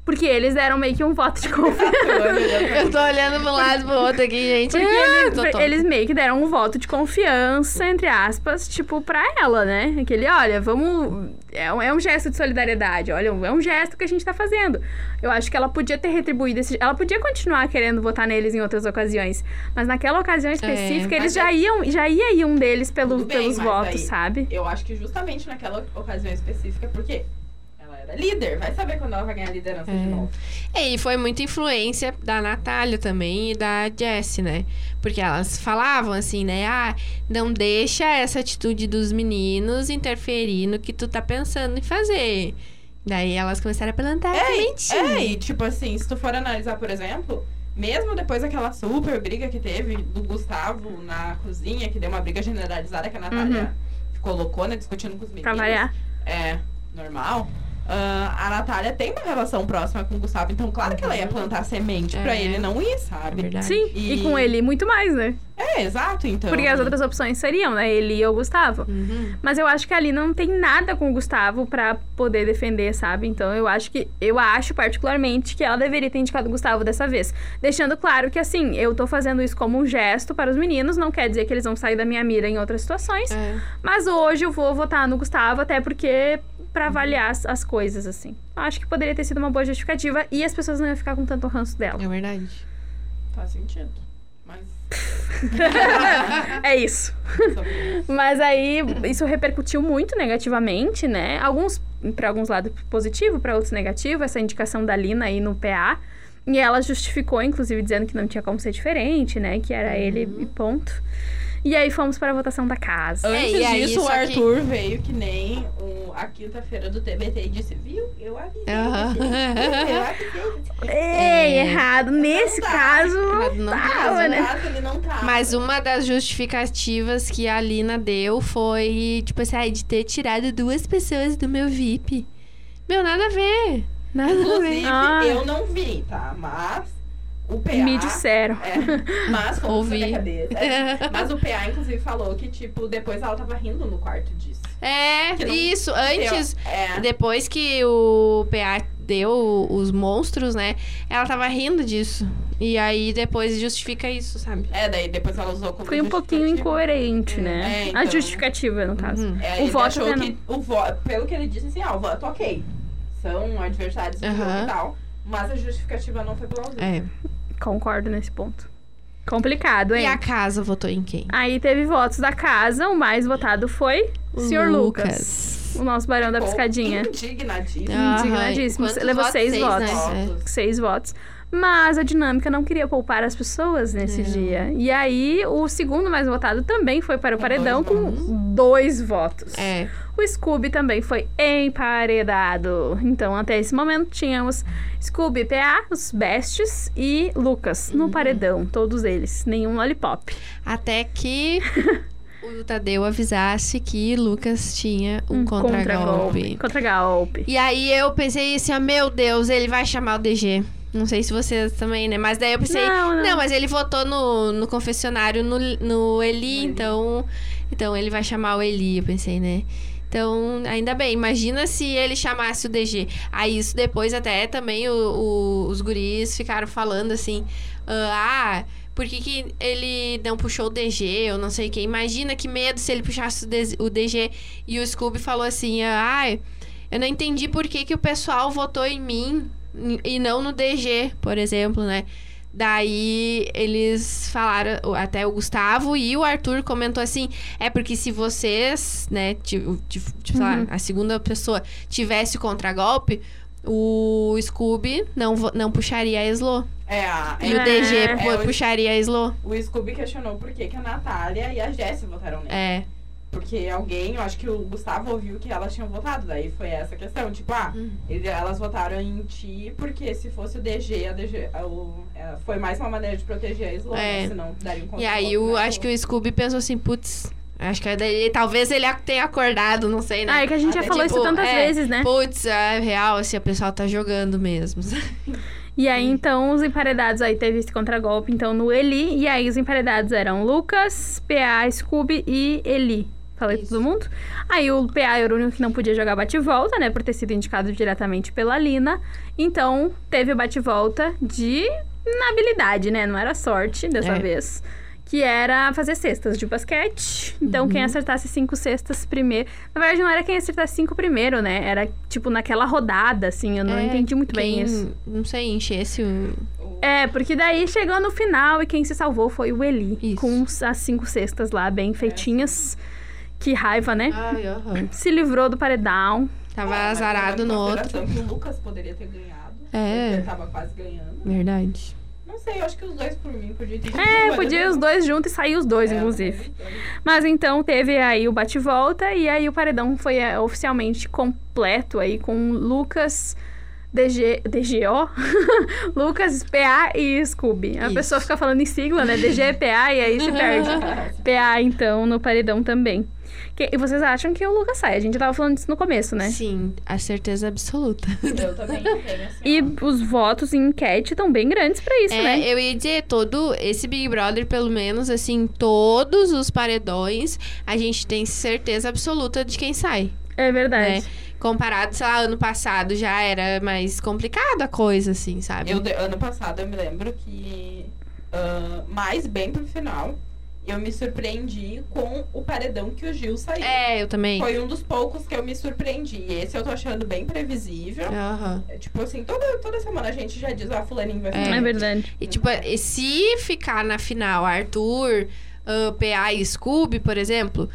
Speaker 1: Porque eles deram meio que um voto de confiança.
Speaker 2: Eu tô olhando pro lado pro outro aqui, gente.
Speaker 1: Porque
Speaker 2: Ah,
Speaker 1: eles,
Speaker 2: tô tonta.
Speaker 1: eles meio que deram um voto de confiança, entre aspas, tipo, pra ela, né? Aquele, olha, vamos. É um, é um gesto de solidariedade, olha, é um gesto que a gente tá fazendo. Eu acho que ela podia ter retribuído esse. Ela podia continuar querendo votar neles em outras ocasiões. Mas naquela ocasião específica, eles
Speaker 4: É,
Speaker 1: já
Speaker 4: mas
Speaker 1: iam, já ia ir um deles pelo-
Speaker 4: Tudo bem,
Speaker 1: pelos
Speaker 4: mas
Speaker 1: votos,
Speaker 4: aí-
Speaker 1: sabe?
Speaker 4: Eu acho que justamente naquela ocasião específica, porque ela era líder. Vai saber quando ela vai ganhar a liderança
Speaker 2: É.
Speaker 4: de novo.
Speaker 2: É, E foi muita influência da Natália também e da Jessie, né? Porque elas falavam assim, né? Ah, não deixa essa atitude dos meninos interferir no que tu tá pensando em fazer. Daí elas começaram a plantar
Speaker 4: É,
Speaker 2: sementinha.
Speaker 4: É, e tipo assim, se tu for analisar, por exemplo, mesmo depois daquela super briga que teve do Gustavo na cozinha, que deu uma briga
Speaker 2: Uhum.
Speaker 4: generalizada que a Natália colocou, né, discutindo com os meninos.
Speaker 1: Pra variar.
Speaker 4: É, normal. ah, a Natália tem uma relação próxima com o Gustavo, então claro que ela ia plantar semente pra
Speaker 2: Uhum. É.
Speaker 4: ele não ir,
Speaker 2: É
Speaker 4: sabe?
Speaker 2: verdade.
Speaker 1: Sim, e...
Speaker 4: E-
Speaker 1: com ele muito mais, né?
Speaker 4: É, exato, então.
Speaker 1: Porque as outras opções seriam, né? Ele e o Gustavo.
Speaker 2: Uhum.
Speaker 1: Mas eu acho que ali não tem nada com o Gustavo pra poder defender, sabe? Então eu acho que eu acho particularmente que ela deveria ter indicado o Gustavo dessa vez, deixando claro que assim, eu tô fazendo isso como um gesto para os meninos, não quer dizer que eles vão sair da minha mira em outras situações,
Speaker 2: É.
Speaker 1: mas hoje eu vou votar no Gustavo até porque pra avaliar as, as coisas assim. Eu acho que poderia ter sido uma boa justificativa e as pessoas não iam ficar com tanto ranço dela.
Speaker 2: É verdade.
Speaker 4: Faz sentido. Mas.
Speaker 1: É isso. Mas aí isso repercutiu muito negativamente, né? Alguns para alguns lados positivo, para outros negativo, essa indicação da Lina aí no PA. E ela justificou, inclusive, dizendo que não tinha como ser diferente, né? Que era ele e ponto. E aí fomos para a votação da casa.
Speaker 2: É,
Speaker 4: Antes
Speaker 2: e aí,
Speaker 4: disso, o
Speaker 2: só que-
Speaker 4: Arthur veio que nem o- a quinta-feira do TBT e disse: Viu? Eu avisei.
Speaker 2: Aham.
Speaker 4: vocês. Eu avisei.
Speaker 1: Ei, errado. Nesse
Speaker 4: dá.
Speaker 1: caso,
Speaker 2: Errado não dá,
Speaker 1: tava,
Speaker 4: Mas
Speaker 1: né?
Speaker 4: no caso, ele não tá.
Speaker 2: Ah, Mas uma das justificativas que a Lina deu foi, tipo assim, ai, de ter tirado duas pessoas do meu VIP. Meu, nada a ver. Nada a ver.
Speaker 4: Inclusive,
Speaker 1: Ah.
Speaker 4: eu não vi, tá? Mas o PA.
Speaker 1: me disseram.
Speaker 4: É, mas foi
Speaker 2: Ouvi.
Speaker 4: na minha cabeça. É. Mas o PA, inclusive, falou que, tipo, depois ela tava rindo no quarto disso.
Speaker 2: É,
Speaker 4: Que não-
Speaker 2: isso. Antes,
Speaker 1: né?
Speaker 4: É.
Speaker 2: depois que o PA deu os monstros, né? Ela tava rindo disso. E aí depois justifica isso, sabe?
Speaker 4: É, daí depois ela usou como.
Speaker 1: Foi um pouquinho
Speaker 4: justificativa.
Speaker 1: incoerente, né?
Speaker 4: É,
Speaker 1: A
Speaker 4: então.
Speaker 1: justificativa, no caso.
Speaker 2: Uhum.
Speaker 4: É,
Speaker 1: O
Speaker 4: ele
Speaker 1: voto
Speaker 4: achou
Speaker 1: até
Speaker 4: que o voto, pelo que ele disse assim, ah, o voto ok. São adversários do jogo
Speaker 2: Aham.
Speaker 4: e tal. Mas a justificativa não foi plausível.
Speaker 2: É.
Speaker 1: Concordo nesse ponto. Complicado, hein?
Speaker 2: E a casa votou em quem?
Speaker 1: Aí teve votos da casa, o mais votado foi o Sr. Lucas. O nosso barão da
Speaker 4: Ficou
Speaker 1: piscadinha.
Speaker 4: Indignadíssimo.
Speaker 2: Aham,
Speaker 1: Uhum. Indignadíssimo.
Speaker 2: quantos
Speaker 1: Levou
Speaker 2: votos?
Speaker 1: seis votos.
Speaker 2: Ah, né? É.
Speaker 1: Seis votos. Mas a dinâmica não queria poupar as pessoas nesse
Speaker 2: Não.
Speaker 1: dia. E aí, o segundo mais votado também foi para o
Speaker 4: Com
Speaker 1: paredão
Speaker 4: dois
Speaker 1: com dois votos.
Speaker 2: É.
Speaker 1: O Scooby também foi emparedado. Então, até esse momento, tínhamos Scooby, PA, os Bestes e Lucas no
Speaker 2: Uhum.
Speaker 1: paredão. Todos eles. Nenhum lollipop.
Speaker 2: Até que o Tadeu avisasse que Lucas tinha um contra-golpe.
Speaker 1: Contra-golpe.
Speaker 2: E aí eu pensei assim, ah, meu Deus, ele vai chamar o DG. Não sei se vocês também, né? Mas daí eu pensei,
Speaker 1: Não, não.
Speaker 2: mas ele votou no, no confessionário no, no Eli,
Speaker 4: Eli.
Speaker 2: então então ele vai chamar o Eli, eu pensei, né? Então, ainda bem, imagina se ele chamasse o DG. Aí isso depois até também o- o- os guris ficaram falando assim, ah, ah, por que, que ele não puxou o DG, eu não sei quem. Imagina que medo se ele puxasse o DG, o DG. E o Scooby falou assim, ah, eu não entendi por que, que o pessoal votou em mim e não no DG, por exemplo, né? Daí eles falaram, o- até o Gustavo e o Arthur comentou assim: é porque se vocês, né, ti- o- ti- tipo, sei lá,
Speaker 1: Uhum.
Speaker 2: a segunda pessoa tivesse o contragolpe, o Scooby não, vo- não puxaria a Slo.
Speaker 4: É, a-
Speaker 2: E o
Speaker 1: É.
Speaker 2: DG
Speaker 1: É,
Speaker 2: pô-
Speaker 4: o-
Speaker 2: puxaria a Slo.
Speaker 4: O Scooby questionou por que, que a Natália e a Jessie votaram nele.
Speaker 2: É.
Speaker 4: Porque alguém, eu acho que o Gustavo ouviu que elas tinham votado. Daí foi essa questão. Tipo, ah,
Speaker 2: Hum.
Speaker 4: ele- elas votaram em ti porque se fosse o DG, a DG a- o- é, foi mais uma maneira de proteger a Sloan,
Speaker 2: É.
Speaker 4: senão daria um
Speaker 2: E
Speaker 4: contra
Speaker 2: aí eu acho que o Scooby pensou assim: putz, acho que daí, talvez ele ac- tenha acordado, não sei, né?
Speaker 1: Ah, é que a gente já
Speaker 4: Até
Speaker 1: falou
Speaker 2: tipo,
Speaker 1: isso tantas
Speaker 2: é,
Speaker 1: vezes, né?
Speaker 2: Putz, é real, assim, o pessoal tá jogando mesmo.
Speaker 1: E aí, então, os emparedados aí teve esse contragolpe, então, no Eli. E aí, os emparedados eram Lucas, PA, Scooby e Eli. Falei pra
Speaker 2: Isso.
Speaker 1: todo mundo. Aí o PA era o único que não podia jogar bate-volta, né? Por ter sido indicado diretamente pela Lina. Então, teve o bate-volta de na habilidade, né? Não era sorte dessa
Speaker 2: É.
Speaker 1: vez. Que era fazer cestas de basquete. Então,
Speaker 2: Uhum.
Speaker 1: quem acertasse cinco cestas primeiro. Na verdade, não era quem acertasse cinco primeiro, né? Era tipo naquela rodada, assim. Eu não
Speaker 2: É,
Speaker 1: entendi muito bem
Speaker 2: Quem,
Speaker 1: isso.
Speaker 2: Não sei, enchesse o.
Speaker 1: É, porque daí chegou no final e quem se salvou foi o Eli.
Speaker 2: Isso. É.
Speaker 1: Com uns- as cinco cestas lá, bem feitinhas. Que raiva, né?
Speaker 2: Ai, aham.
Speaker 1: Se livrou do paredão.
Speaker 4: "Ah,
Speaker 2: Tava tá azarado no outro.
Speaker 4: tá Que o Lucas poderia ter ganhado.
Speaker 2: É.
Speaker 4: Ele tava quase ganhando.
Speaker 2: Verdade.
Speaker 4: Não sei, eu acho que os dois por mim podiam ter
Speaker 1: É, podia ir os dois juntos e sair os dois,
Speaker 4: É,
Speaker 1: inclusive.
Speaker 4: então,
Speaker 1: Mas então teve aí o bate-volta e aí o paredão foi é, oficialmente completo aí com Lucas. DG, DGO, Lucas, PA e Scooby. A
Speaker 2: Isso.
Speaker 1: pessoa fica falando em sigla, né? DG, PA e aí se perde. PA, então, no paredão também. Que- e vocês acham que o Lucas sai? A gente tava falando disso no começo, né?
Speaker 2: Sim, a certeza absoluta.
Speaker 4: Eu também tenho assim.
Speaker 1: E
Speaker 4: ó.
Speaker 1: os votos em enquete estão bem grandes pra isso,
Speaker 2: É,
Speaker 1: né?
Speaker 2: eu ia dizer, todo esse Big Brother, pelo menos, assim, todos os paredões, a gente tem certeza absoluta de quem sai.
Speaker 1: É verdade.
Speaker 2: É. Comparado, sei lá, ano passado já era mais complicada a coisa, assim, sabe?
Speaker 4: Eu, de- ano passado eu me lembro que ah, mais bem pro final eu me surpreendi com o paredão que o Gil saiu.
Speaker 2: É, eu também.
Speaker 4: Foi um dos poucos que eu me surpreendi. E Esse eu tô achando bem previsível.
Speaker 2: Aham.
Speaker 4: É, Tipo assim, toda, toda semana a gente já diz, ah, fulaninho vai
Speaker 1: É,
Speaker 4: ficar.
Speaker 1: verdade.
Speaker 2: E tipo, e se ficar na final Arthur, ah, PA e Scooby, por exemplo,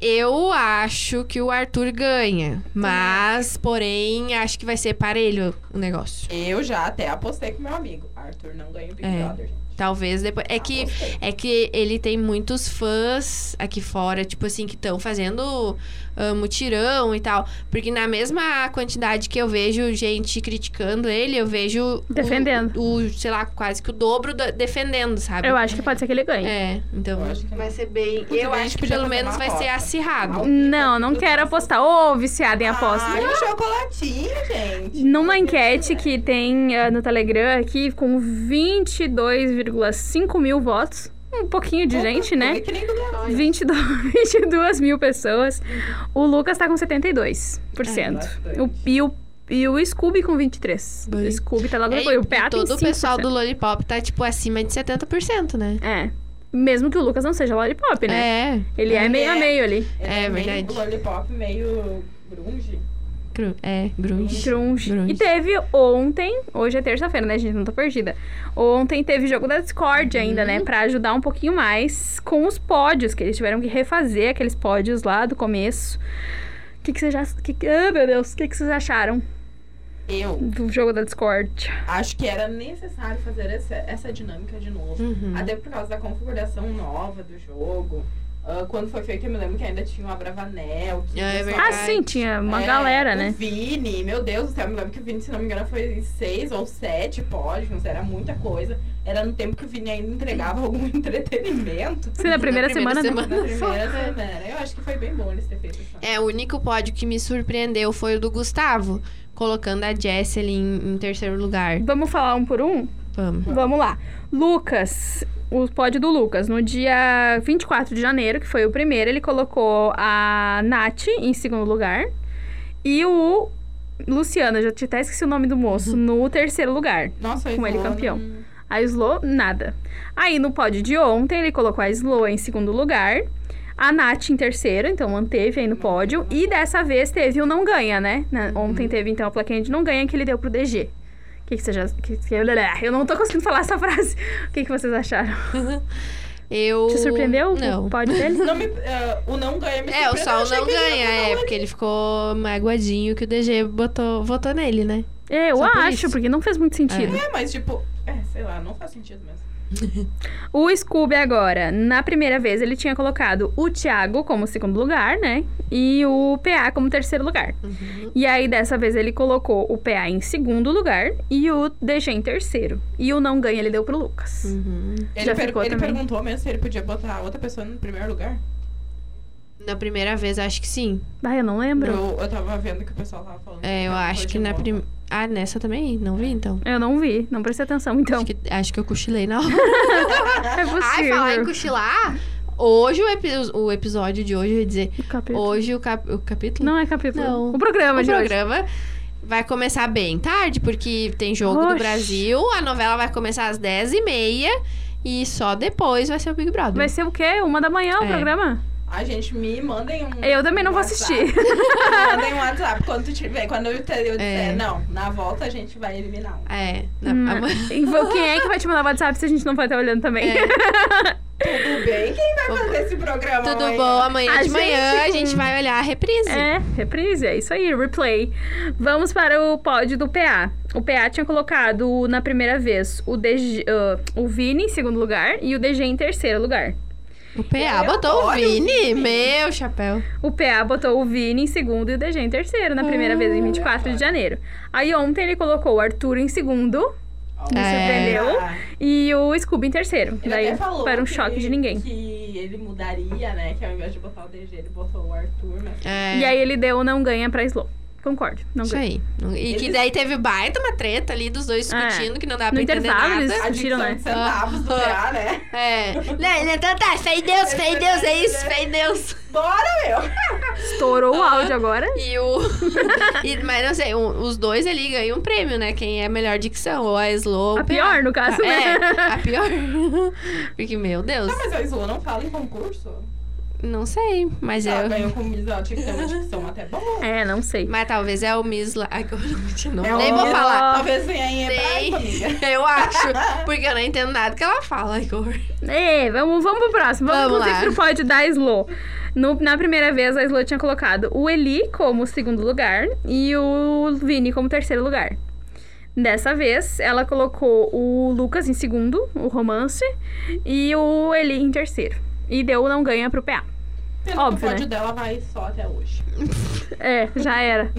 Speaker 2: eu acho que o Arthur ganha. Mas, porém, acho que vai ser parelho o negócio.
Speaker 4: Eu já até apostei com meu amigo. Arthur não ganha o Big
Speaker 2: É.
Speaker 4: Brother, gente.
Speaker 2: Talvez depois. É que.
Speaker 4: Apostei.
Speaker 2: É que ele tem muitos fãs aqui fora, tipo assim, que estão fazendo ah, mutirão e tal. Porque na mesma quantidade que eu vejo gente criticando ele, eu vejo. o-
Speaker 1: Defendendo.
Speaker 2: O, sei lá, quase que o dobro da- defendendo, sabe?
Speaker 1: Eu acho que pode ser que ele ganhe.
Speaker 2: É, então.
Speaker 4: Eu acho que
Speaker 2: vai
Speaker 4: não.
Speaker 2: ser bem.
Speaker 4: Muito
Speaker 2: Eu
Speaker 4: bem, a
Speaker 2: acho
Speaker 4: gente
Speaker 2: que
Speaker 4: podia
Speaker 2: pelo
Speaker 4: fazer
Speaker 2: menos
Speaker 4: uma
Speaker 2: vai ser
Speaker 4: aposta.
Speaker 2: acirrado.
Speaker 4: Não.
Speaker 1: Não, não quero apostar. Ô, viciada em aposta.
Speaker 4: Ai, um chocolatinho, gente.
Speaker 1: Numa
Speaker 4: Não sei se
Speaker 1: enquete
Speaker 4: é.
Speaker 1: que tem ah, no Telegram aqui, com 22,5 mil votos, um pouquinho de
Speaker 4: Opa,
Speaker 1: gente, né?
Speaker 4: que nem do Leão.
Speaker 1: 22, 22 mil pessoas. O Lucas tá com 72%.
Speaker 4: É,
Speaker 1: o, e, o, e o Scooby com 23%.
Speaker 2: Bem.
Speaker 1: O Scooby tá logo
Speaker 2: É,
Speaker 1: depois.
Speaker 2: e
Speaker 1: O PA tem
Speaker 2: todo o
Speaker 1: 5%.
Speaker 2: pessoal do Lollipop tá, tipo, acima de 70%, né?
Speaker 1: É. Mesmo que o Lucas não seja lollipop, né?
Speaker 2: É.
Speaker 1: Ele é
Speaker 4: Ele
Speaker 1: meio a
Speaker 4: é.
Speaker 1: meio ali.
Speaker 4: Ele
Speaker 2: É
Speaker 4: meio
Speaker 2: verdade.
Speaker 4: Lollipop meio grunge.
Speaker 2: Cru- É, grunge.
Speaker 1: Grunge.
Speaker 2: Grunge.
Speaker 1: E teve ontem, hoje é terça-feira, né, gente? Não tô perdida. Ontem teve jogo da Discord ainda,
Speaker 2: Uhum.
Speaker 1: né? Pra ajudar um pouquinho mais com os pódios, que eles tiveram que refazer aqueles pódios lá do começo. O que, que vocês já. Que, que- ah, meu Deus, o que, que vocês acharam
Speaker 4: Eu
Speaker 1: do jogo da Discord?
Speaker 4: acho que era necessário fazer essa, essa dinâmica de novo.
Speaker 2: Uhum.
Speaker 4: Até por causa da configuração nova do jogo. Ah, quando foi feito, eu me lembro que ainda tinha o Abravanel. Que
Speaker 2: É
Speaker 4: o pessoal-
Speaker 2: verdade.
Speaker 1: Ah, sim, tinha uma
Speaker 4: É,
Speaker 1: galera,
Speaker 4: o
Speaker 1: né?
Speaker 4: Vini, meu Deus do céu, eu me lembro que o Vini, se não me engano, foi seis ou sete pódios, era muita coisa. Era no tempo que o Vini ainda entregava algum entretenimento.
Speaker 1: Sim, na primeira, semana. né?
Speaker 4: Na primeira semana. Eu acho que foi bem bom eles ter feito isso.
Speaker 2: É, o único pódio que me surpreendeu foi o do Gustavo, colocando a Jess ali em, em terceiro lugar.
Speaker 1: Vamos falar um por um?
Speaker 2: Vamos.
Speaker 1: Vamos lá. Lucas, o pódio do Lucas. No dia 24 de janeiro, que foi o primeiro, ele colocou a Nath em segundo lugar. E o Luciano, eu já tinha até esqueci o nome do moço, no terceiro lugar.
Speaker 4: Nossa,
Speaker 1: Com ele
Speaker 4: Isolda,
Speaker 1: campeão.
Speaker 4: hum,
Speaker 1: A Slo, nada. Aí no pódio de ontem, ele colocou a Slo em segundo lugar. A Nath em terceiro, então manteve aí no pódio. E dessa vez teve o não ganha, né? Na-
Speaker 2: Uhum.
Speaker 1: Ontem teve então a plaquinha de não ganha que ele deu pro DG. O que, que você já. que- que- eu não tô conseguindo falar essa frase. O que, que vocês acharam?
Speaker 2: Eu.
Speaker 1: Te surpreendeu
Speaker 2: Não.
Speaker 1: o pódio dele?
Speaker 4: não me- ah, o não ganha me
Speaker 2: É, o
Speaker 4: surpreendeu,
Speaker 2: Sol
Speaker 4: achei
Speaker 2: não
Speaker 4: que ele ia
Speaker 2: ganha,
Speaker 4: botar
Speaker 2: é,
Speaker 4: um
Speaker 2: porque ele ficou magoadinho que o DG botou, votou nele, né?
Speaker 1: Eu
Speaker 2: Só por
Speaker 1: acho,
Speaker 2: isso.
Speaker 1: porque não fez muito sentido.
Speaker 4: É, mas tipo, é, sei lá, não faz sentido mesmo.
Speaker 1: O Scooby agora, na primeira vez, ele tinha colocado o Thiago como segundo lugar, né? E o PA como terceiro lugar.
Speaker 2: Uhum.
Speaker 1: E aí, dessa vez, ele colocou o PA em segundo lugar e o DG em terceiro. E o não ganha ele deu pro Lucas.
Speaker 2: Hum.
Speaker 4: Ele,
Speaker 1: Já
Speaker 4: per-
Speaker 1: ficou
Speaker 4: ele
Speaker 1: também.
Speaker 4: perguntou mesmo se ele podia botar outra pessoa no primeiro lugar.
Speaker 2: Na primeira vez, acho que sim.
Speaker 1: Bah, eu não lembro.
Speaker 4: Eu, eu tava vendo que o pessoal tava falando.
Speaker 2: É, eu
Speaker 4: Foi
Speaker 2: acho
Speaker 4: de
Speaker 2: que na
Speaker 4: novo.
Speaker 2: primeira. Ah, nessa também? Não vi, então.
Speaker 1: Eu não vi, não prestei atenção, então.
Speaker 2: Acho, que, acho que eu cochilei na hora.
Speaker 1: É possível.
Speaker 2: Ai, falar em cochilar. Hoje, o, epi- o episódio de hoje, eu ia dizer.
Speaker 1: O capítulo.
Speaker 2: Hoje, o, cap- o capítulo.
Speaker 1: Não é capítulo.
Speaker 2: Não.
Speaker 1: O programa
Speaker 2: o
Speaker 1: de hoje.
Speaker 2: programa vai começar bem tarde, porque tem jogo
Speaker 1: Oxe.
Speaker 2: do Brasil, a novela vai começar às 10h30 e só depois vai ser o Big Brother.
Speaker 1: Vai ser o quê? Uma da manhã o
Speaker 2: É.
Speaker 1: programa?
Speaker 4: Ai, gente, me mandem um.
Speaker 1: Eu também não
Speaker 4: um
Speaker 1: vou
Speaker 4: WhatsApp.
Speaker 1: assistir.
Speaker 4: Me mandem um WhatsApp quando tu tiver. Quando eu, te, eu
Speaker 2: É.
Speaker 4: disser, não, na volta a gente vai eliminar um.
Speaker 2: É, na-
Speaker 1: Hum.
Speaker 2: a-
Speaker 1: E vou- Quem é que vai te mandar WhatsApp se a gente não vai estar olhando também?
Speaker 2: É.
Speaker 4: Tudo bem? Quem vai fazer esse programa?
Speaker 2: tudo
Speaker 4: amanhã?
Speaker 2: bom, amanhã
Speaker 1: A
Speaker 2: de manhã
Speaker 1: gente-
Speaker 2: a gente vai olhar a reprise.
Speaker 1: É, reprise, é isso aí, replay. Vamos para o pódio do PA. O PA tinha colocado na primeira vez o, DG, ah, o Vini em segundo lugar e o DG em terceiro lugar.
Speaker 2: O PA
Speaker 4: Eu
Speaker 2: botou o
Speaker 4: adoro o
Speaker 2: Vini,
Speaker 4: Vini.
Speaker 2: meu chapéu.
Speaker 1: O PA botou o Vini em segundo e o DG em terceiro na primeira
Speaker 2: Ah,
Speaker 1: vez,
Speaker 4: Hum,
Speaker 1: em 24 de janeiro. Aí ontem ele colocou o Arthur em segundo
Speaker 4: Ó,
Speaker 1: Me
Speaker 2: É.
Speaker 1: surpreendeu.
Speaker 4: Ah,
Speaker 1: e o Scooby em terceiro.
Speaker 4: Ele
Speaker 1: Daí
Speaker 4: até falou
Speaker 1: para um
Speaker 4: que-
Speaker 1: choque de ninguém.
Speaker 4: Que ele mudaria, né? Que ao invés de botar o DG, ele botou o Arthur, né? mas.
Speaker 2: É,
Speaker 1: E aí ele deu o não ganha pra Slow. Concordo. Não
Speaker 2: isso
Speaker 1: ganha.
Speaker 2: aí. E que
Speaker 4: Eles-
Speaker 2: daí teve baita uma treta ali dos dois discutindo, que não dá
Speaker 1: No
Speaker 2: pra entender
Speaker 1: intervalo,
Speaker 2: nada.
Speaker 1: eles-
Speaker 4: A dicção
Speaker 1: Tira, né?
Speaker 4: de centavos do PA, né?
Speaker 2: É. Não, não, então tá, fé em Deus, fé em Deus, é isso, fé em Deus.
Speaker 4: Bora, meu!
Speaker 1: Estourou o áudio agora.
Speaker 2: E o. e- mas não sei, o- os dois ali ganham um prêmio, né? Quem é a melhor dicção, ou a Slow. ou
Speaker 1: A
Speaker 2: o
Speaker 1: pior, no caso, né?
Speaker 2: É, a pior. Porque, meu Deus,
Speaker 4: Tá, mas a Isola não fala em concurso?
Speaker 2: não sei, mas
Speaker 4: Ela
Speaker 2: eu.
Speaker 4: ganhou com Miss ela tinha que ter uma dicção até bom.
Speaker 1: É, não sei.
Speaker 2: Mas talvez é o Miss La... Ai, que horror, de novo.
Speaker 4: É
Speaker 2: Nem
Speaker 4: o
Speaker 2: vou
Speaker 4: Miss-
Speaker 2: falar.
Speaker 4: Talvez venha em
Speaker 2: Sei.
Speaker 4: hebraico, amiga.
Speaker 2: Eu acho, porque eu não entendo nada que ela fala, Ai, que horror.
Speaker 1: É, vamos, vamos pro próximo. Vamos,
Speaker 2: Vamos
Speaker 1: inclusive,
Speaker 2: lá.
Speaker 1: pro pódio da Slo. No- na primeira vez, a Slo tinha colocado o Eli como segundo lugar e o Vini como terceiro lugar. Dessa vez, ela colocou o Lucas em segundo, o romance, e o Eli em terceiro. E deu o não ganha pro PA.
Speaker 4: Pelo
Speaker 1: Óbvio,
Speaker 4: que o pódio dela vai só até hoje.
Speaker 1: É, já era.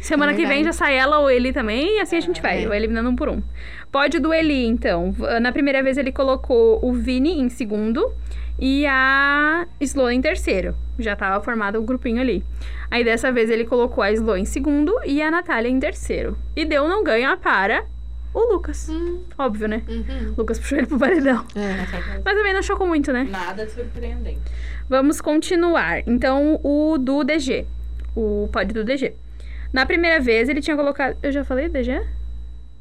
Speaker 1: Semana
Speaker 2: É
Speaker 1: que vem
Speaker 2: verdade.
Speaker 1: já sai ela ou ele também, e assim a gente vai,
Speaker 2: É.
Speaker 1: vai eliminando um por um. Pódio do Eli, então. V- Na primeira vez ele colocou o Vini em segundo e a Sloan em terceiro. Já tava formado o grupinho ali. Aí dessa vez ele colocou a Sloan em segundo e a Natália em terceiro. E deu não ganha para o Lucas.
Speaker 2: Hum.
Speaker 1: Óbvio, né?
Speaker 2: Uhum.
Speaker 1: O Lucas puxou ele pro paredão.
Speaker 2: É.
Speaker 1: Mas também não chocou muito, né?
Speaker 4: Nada de surpreendente.
Speaker 1: Vamos continuar. Então, o do DG. O pod do DG. Na primeira vez, ele tinha colocado. Eu já falei DG?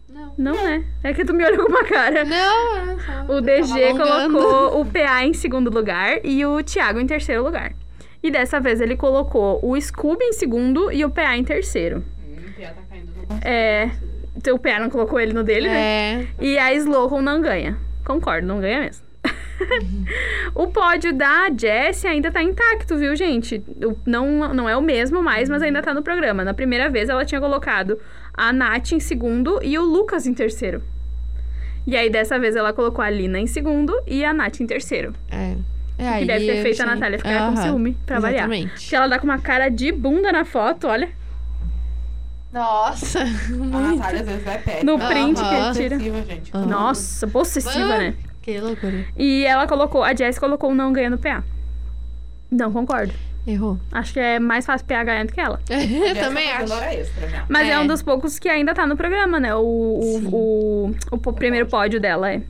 Speaker 2: Não.
Speaker 1: Não, né? É que tu me olhou com uma cara.
Speaker 2: Não, eu só-
Speaker 1: O
Speaker 2: eu
Speaker 1: DG
Speaker 2: tava alongando.
Speaker 1: colocou o PA em segundo lugar e o Thiago em terceiro lugar. E dessa vez ele colocou o Scooby em segundo e o PA em terceiro.
Speaker 4: Hum, o PA tá caindo no
Speaker 1: É. Então, o PA não colocou ele no dele, né?
Speaker 2: É.
Speaker 1: E a Slowcon não ganha. Concordo, não ganha mesmo. o pódio da Jessie ainda tá intacto, viu, gente? O- Não, não é o mesmo mais, mas ainda tá no programa. Na primeira vez, ela tinha colocado a Nath em segundo e o Lucas em terceiro. E aí, dessa vez, ela colocou a Lina em segundo e a Nath em terceiro.
Speaker 2: É. É,
Speaker 1: que
Speaker 2: aí
Speaker 1: deve ter
Speaker 2: eu
Speaker 1: feito a
Speaker 2: achei-
Speaker 1: Natália ficar com
Speaker 2: Aham,
Speaker 1: ciúme pra variar.
Speaker 2: Exatamente.
Speaker 1: Porque ela dá com uma cara de bunda na foto, olha.
Speaker 2: Nossa,
Speaker 4: A
Speaker 2: muito.
Speaker 4: Natália às vezes é péssima.
Speaker 1: No
Speaker 2: Aham.
Speaker 1: print que ele tira. Ah.
Speaker 4: Possessiva, gente.
Speaker 2: Aham.
Speaker 1: Nossa, possessiva,
Speaker 2: Ah.
Speaker 1: né?
Speaker 2: Que loucura.
Speaker 1: E ela colocou, a Jess colocou o não ganha no PA. Não concordo.
Speaker 2: Errou.
Speaker 1: Acho que é mais fácil PA ganhar do que ela.
Speaker 2: Eu
Speaker 4: Já
Speaker 2: também
Speaker 4: tá fazendo
Speaker 2: acho.
Speaker 4: hora extra já.
Speaker 1: Mas é.
Speaker 2: É.
Speaker 1: um dos poucos que ainda tá no programa, né? O,
Speaker 2: Sim.
Speaker 1: o, o, o po- primeiro pódio dela é.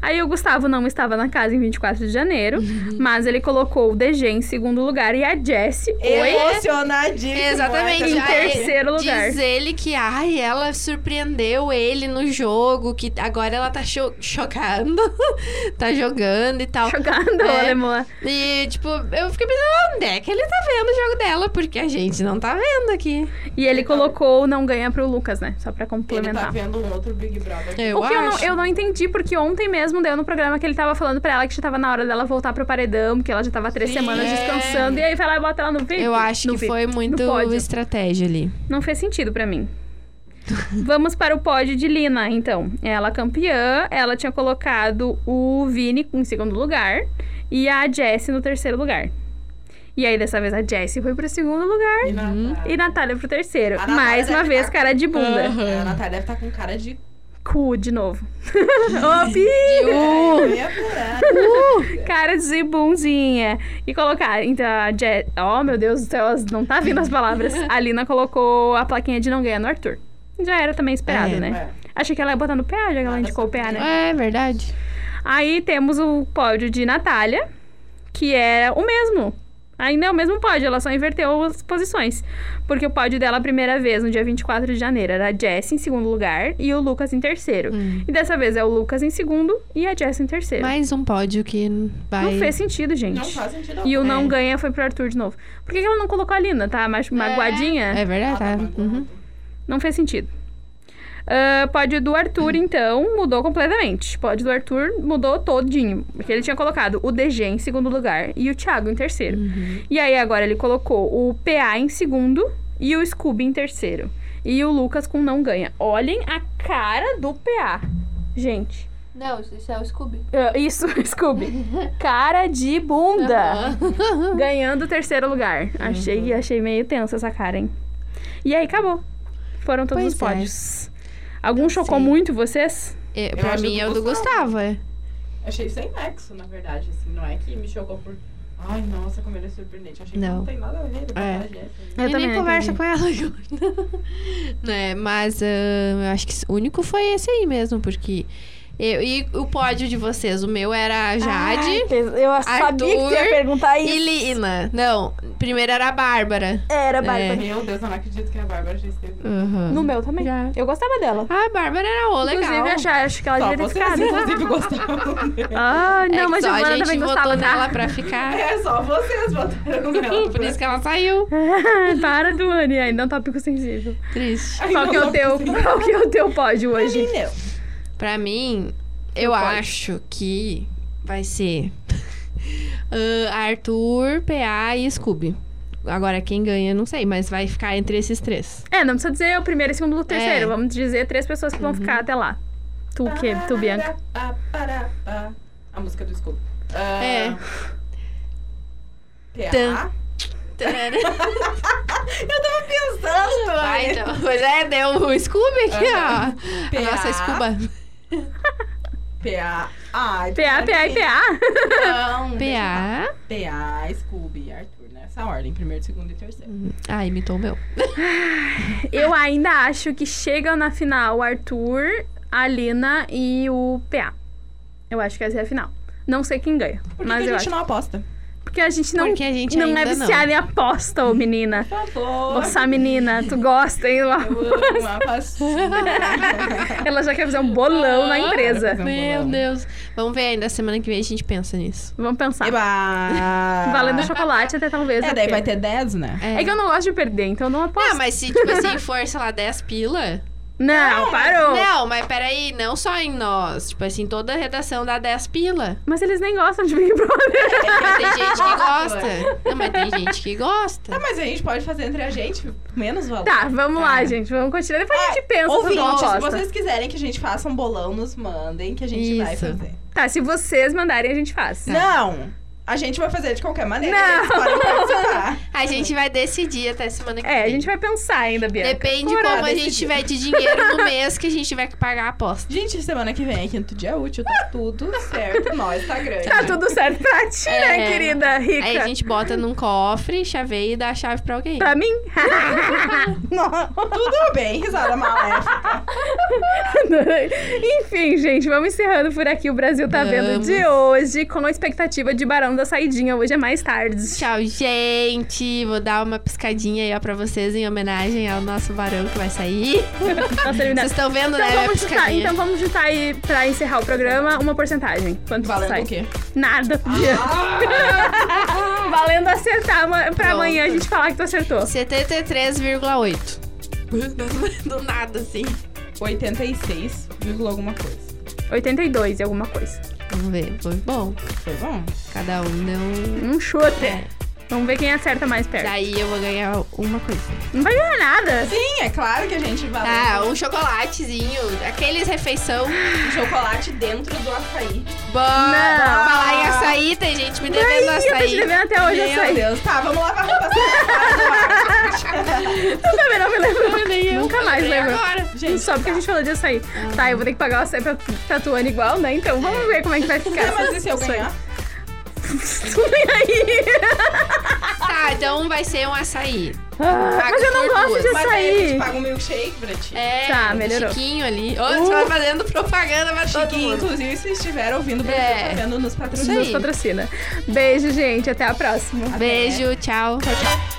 Speaker 1: Aí o Gustavo não estava na casa em 24 de janeiro, mas ele colocou o DG em segundo lugar e a Jess foi
Speaker 4: Emocionadíssimo.
Speaker 2: Exatamente. é.
Speaker 1: em
Speaker 4: tá
Speaker 2: Aí,
Speaker 1: terceiro lugar.
Speaker 2: Diz ele que, ai, ela surpreendeu ele no jogo, que agora ela tá cho chocando, tá jogando e tal.
Speaker 1: jogando
Speaker 2: É.
Speaker 1: o alemã.
Speaker 2: E, tipo, eu fiquei pensando, onde é que ele tá vendo o jogo dela? Porque a gente não tá vendo aqui.
Speaker 1: E ele colocou o não ganha pro Lucas, né? Só pra
Speaker 4: Ele tá
Speaker 1: complementar.
Speaker 4: vendo um outro Big Brother.
Speaker 2: Eu
Speaker 1: o que eu não,
Speaker 2: acho.
Speaker 1: eu não entendi, porque ontem mesmo deu no programa que ele tava falando pra ela que já tava na hora dela voltar pro paredão, que ela já tava três
Speaker 4: Sim.
Speaker 1: semanas
Speaker 2: É.
Speaker 1: descansando, e aí vai lá e bota ela no VIP.
Speaker 2: Eu acho
Speaker 1: no
Speaker 2: que
Speaker 1: VIP.
Speaker 2: foi muito
Speaker 1: No pódio.
Speaker 2: estratégia ali.
Speaker 1: Não fez sentido pra mim. Vamos para o pódio de Lina, então. Ela campeã, ela tinha colocado o Vini em segundo lugar e a Jessie no terceiro lugar. E aí, dessa vez, a Jessie foi pro segundo lugar
Speaker 4: E na-
Speaker 1: e Natália pro terceiro.
Speaker 4: A Natália
Speaker 1: Mais uma
Speaker 4: deve
Speaker 1: vez,
Speaker 4: tá-
Speaker 1: cara de bunda.
Speaker 4: A Natália deve estar com cara de
Speaker 1: Cu, de novo. Ô, Bi!
Speaker 4: Eu ia apurar.
Speaker 1: Cara de bunzinha. E colocar. Então, a Je... Oh, meu Deus do céu, elas não tá vindo as palavras. A Lina colocou a plaquinha de não ganhar no Arthur. Já era também esperado,
Speaker 2: É.
Speaker 1: né?
Speaker 4: É.
Speaker 1: Achei que ela ia botar no PA, já que ela
Speaker 4: Nada
Speaker 1: indicou o PA, né?
Speaker 2: É verdade.
Speaker 1: Aí temos o pódio de Natália, que é o mesmo. Ainda é o mesmo pódio, ela só inverteu as posições. Porque o pódio dela, a primeira vez, no dia 24 de janeiro, era a Jess em segundo lugar e o Lucas em terceiro.
Speaker 2: Hum.
Speaker 1: E dessa vez é o Lucas em segundo e a Jess em terceiro.
Speaker 2: Mais um pódio que vai.
Speaker 1: É. Não fez sentido, gente.
Speaker 4: Não faz sentido.
Speaker 1: E o não
Speaker 2: É.
Speaker 1: ganha foi pro Arthur de novo. Por que que ela não colocou a Lina? Tá mais magoadinha?
Speaker 2: É
Speaker 4: Ah,
Speaker 2: verdade, tá? Uhum.
Speaker 1: Não fez sentido. Ah, pódio do Arthur,
Speaker 2: Hum.
Speaker 1: então, mudou completamente. Pódio do Arthur mudou todinho. Porque ele tinha colocado o DG em segundo lugar e o Thiago em terceiro.
Speaker 2: Uhum.
Speaker 1: E aí agora ele colocou o PA em segundo e o Scooby em terceiro. E o Lucas com não ganha. Olhem a cara do PA. Gente.
Speaker 2: Não, isso é o Scooby.
Speaker 1: Ah, isso, Scooby. Cara de bunda.
Speaker 2: Ah.
Speaker 1: Ganhando o terceiro lugar. Achei,
Speaker 3: Uhum.
Speaker 1: achei meio tenso essa cara, hein? E aí, acabou. Foram todos
Speaker 2: Pois
Speaker 1: os
Speaker 2: é.
Speaker 1: pódios. Algum
Speaker 2: Não
Speaker 1: chocou
Speaker 2: sei.
Speaker 1: muito vocês?
Speaker 2: É, pra
Speaker 4: acho
Speaker 2: mim
Speaker 4: do
Speaker 2: é o do Gustavo, é.
Speaker 4: Achei sem nexo, na verdade, assim. Não é que me chocou por. Ai, nossa, como ele é surpreendente. Achei que
Speaker 2: Não.
Speaker 4: não tem nada a ver. na
Speaker 2: É.
Speaker 4: verdade, assim. essa.
Speaker 1: Eu
Speaker 2: e
Speaker 1: também
Speaker 2: nem conversa
Speaker 1: entendi.
Speaker 2: com ela agora. né? Mas ahn, eu acho que o único foi esse aí mesmo, porque. eu- e o pódio de vocês? O meu era a Jade
Speaker 3: Ai, eu sabia que tu ia
Speaker 2: Arthur
Speaker 3: perguntar isso.
Speaker 2: e Lina. Não, primeiro era a Bárbara.
Speaker 3: Era,
Speaker 2: É.
Speaker 3: Bárbara.
Speaker 4: Meu Deus, eu não acredito que a Bárbara já esteve.
Speaker 2: Uhum.
Speaker 3: No meu também.
Speaker 2: Já.
Speaker 3: Eu gostava dela.
Speaker 2: Ah, a Bárbara era o legal.
Speaker 1: Inclusive, eu já acho que ela
Speaker 4: Só
Speaker 1: devia ter
Speaker 4: vocês,
Speaker 1: ficado.
Speaker 4: inclusive, gostavam dela.
Speaker 1: Ah,
Speaker 2: É
Speaker 1: não,
Speaker 2: que
Speaker 1: mas
Speaker 2: só
Speaker 1: Giovana
Speaker 2: a gente
Speaker 1: também gostava tá?
Speaker 2: votou nela
Speaker 1: dela.
Speaker 2: pra ficar.
Speaker 4: É, só vocês votaram nela.
Speaker 2: Por isso que ela saiu.
Speaker 1: Para, Duane. Ainda é um tópico sensível.
Speaker 2: Triste.
Speaker 4: Ai,
Speaker 1: Qual que, é
Speaker 4: não,
Speaker 1: o teu, qual que é o teu pódio hoje?
Speaker 2: Pra mim, eu acho que vai ser ah, Arthur, PA e Scooby. Agora, quem ganha, não sei, mas vai ficar entre esses três.
Speaker 1: É, não precisa dizer o primeiro, o segundo, o terceiro.
Speaker 2: É.
Speaker 1: Vamos dizer três pessoas que vão
Speaker 3: Uhum.
Speaker 1: ficar até lá. Tu, o quê? Tu, Bianca.
Speaker 4: Pará, pará, pá. A música do Scooby. Ah,
Speaker 2: É.
Speaker 4: PA.
Speaker 2: Tan.
Speaker 4: Eu tava pensando,
Speaker 2: É. Vai,
Speaker 4: Anne.
Speaker 2: então. Pois é, deu o Scooby aqui, ó.
Speaker 4: PA.
Speaker 2: A nossa Scuba.
Speaker 4: PA. Ai,
Speaker 1: PA, PA e PA.
Speaker 4: Não, deixa eu falar.
Speaker 2: PA.
Speaker 4: PA, Scooby e Arthur, nessa ordem. Primeiro, segundo e terceiro.
Speaker 2: Ah, imitou o meu.
Speaker 1: Eu ainda acho que chegam na final o Arthur, a Lina e o PA. Eu acho que essa é a final. Não sei quem ganha,
Speaker 4: Por que,
Speaker 1: mas
Speaker 4: que
Speaker 1: eu
Speaker 4: a
Speaker 1: acho.
Speaker 4: gente não aposta?
Speaker 1: Porque a gente não,
Speaker 2: Porque a gente
Speaker 1: não é
Speaker 2: ainda não.
Speaker 1: viciada em aposta, ô menina.
Speaker 4: Por favor.
Speaker 1: Nossa, menina, tu gosta, hein?
Speaker 4: Eu amo a pastinha.
Speaker 1: Ela já quer fazer um bolão na
Speaker 2: Ah,
Speaker 1: empresa.
Speaker 4: Não,
Speaker 2: Meu
Speaker 4: não.
Speaker 2: Deus. Vamos ver ainda, semana que vem a gente pensa nisso.
Speaker 1: Vamos pensar.
Speaker 4: Eba!
Speaker 1: Valendo chocolate até talvez.
Speaker 4: É,
Speaker 1: eu
Speaker 4: daí vai
Speaker 1: queira.
Speaker 4: ter 10, né?
Speaker 1: É que eu não gosto de perder, então eu não aposto.
Speaker 2: Ah, mas se, tipo assim, for, sei lá, 10 pila...
Speaker 1: Não, parou.
Speaker 2: Não, mas peraí, não só em nós. Tipo assim, toda a redação dá 10 pila.
Speaker 1: Mas eles nem gostam de Big Brother.
Speaker 2: Mas tem gente que gosta. Não, mas tem gente que gosta.
Speaker 4: Tá, mas a gente pode fazer entre a gente menos valor.
Speaker 1: Tá, vamos lá, gente. Vamos continuar. Depois a gente pensa sobre uma
Speaker 4: É. Ouvintes, se
Speaker 1: aposta.
Speaker 4: vocês quiserem que a gente faça um bolão, nos mandem que a gente vai
Speaker 2: Isso.
Speaker 4: fazer.
Speaker 1: Tá, se vocês mandarem, a gente faz.
Speaker 4: Não! A gente vai fazer de qualquer maneira. né?
Speaker 1: Não.
Speaker 4: Vocês podem participar.
Speaker 2: A gente vai decidir até semana que vem.
Speaker 1: É, a gente vai pensar ainda, Bianca.
Speaker 2: Depende
Speaker 4: Bora
Speaker 2: como a
Speaker 4: decidir.
Speaker 2: gente tiver de dinheiro no mês que a gente tiver que pagar a aposta.
Speaker 4: Gente, semana que vem é quinto dia útil, tá tudo certo. Nós tá grande.
Speaker 1: Tá tudo certo pra ti, né,
Speaker 2: É.
Speaker 1: querida rica?
Speaker 2: Aí a gente bota num cofre, chaveia e dá a chave pra alguém.
Speaker 1: Pra mim?
Speaker 4: Tudo bem, risada maléfica.
Speaker 1: Adorei. Enfim, gente, vamos encerrando por aqui o Brasil Tá Vendo
Speaker 2: Vamos.
Speaker 1: de hoje, com a expectativa de Barão da Saidinha. Hoje é mais tarde.
Speaker 2: Tchau, gente. Vou dar uma piscadinha aí, ó, pra vocês em homenagem ao nosso varão que vai sair.
Speaker 1: Nossa, terminar.
Speaker 2: Vocês estão vendo,
Speaker 1: Então
Speaker 2: né? a
Speaker 1: vamos, chutar,
Speaker 2: piscadinha.
Speaker 1: então vamos chutar aí pra encerrar o programa uma porcentagem. Quanto
Speaker 4: Valendo
Speaker 1: sai?
Speaker 4: o quê?
Speaker 1: Nada.
Speaker 2: Ah!
Speaker 1: Valendo acertar ama- pra
Speaker 2: Pronto.
Speaker 1: amanhã a gente falar que tu acertou.
Speaker 2: 73,8. Do nada, assim.
Speaker 4: 86, vírgula alguma coisa.
Speaker 1: 82 e alguma coisa.
Speaker 2: Vamos ver. Foi bom.
Speaker 4: Foi bom?
Speaker 2: Cada um não.
Speaker 1: Um chute. Vamos ver quem acerta mais perto.
Speaker 2: Daí eu vou ganhar uma coisa.
Speaker 1: Não vai ganhar nada.
Speaker 4: Sim, é claro que a gente vai
Speaker 2: Ah, um chocolatezinho. Aqueles refeição.
Speaker 4: um chocolate dentro do açaí.
Speaker 2: Bom, falar em açaí, tem gente me devendo
Speaker 1: Ai, eu tô te
Speaker 2: açaí.
Speaker 1: devendo até hoje
Speaker 4: Meu
Speaker 1: açaí.
Speaker 4: Deus, tá, vamos lavar a roupa. assim.
Speaker 1: Eu também não me lembro. Nunca mais
Speaker 2: Lembrei
Speaker 1: lembro.
Speaker 2: Agora.
Speaker 4: Gente,
Speaker 1: Só porque a gente falou de açaí. Tá, eu vou ter que pagar o açaí pra tatuando igual, né? Então vamos ver como é que vai ficar.
Speaker 4: tá, mas e se eu
Speaker 1: Isso
Speaker 4: ganhar?
Speaker 1: aí.
Speaker 2: Tá, então vai ser um açaí.
Speaker 1: Ah, Mas eu não
Speaker 2: por
Speaker 1: gosto
Speaker 2: duas.
Speaker 1: de
Speaker 4: Mas aí eu te
Speaker 1: açaí.
Speaker 4: pago um milkshake pra ti.
Speaker 2: É,
Speaker 1: Tá,
Speaker 2: um
Speaker 1: melhorou.
Speaker 2: Chiquinho ali. Ô, você vai fazendo propaganda pra É, todo
Speaker 4: Chiquinho,
Speaker 2: mundo.
Speaker 4: inclusive, se estiver ouvindo, pra
Speaker 2: É.
Speaker 4: é. tá vendo nos
Speaker 2: Isso
Speaker 4: patrocínios.
Speaker 1: Nos
Speaker 2: aí.
Speaker 1: patrocina. Beijo, gente. Até a próxima.
Speaker 2: Beijo, tchau. Tchau, tchau.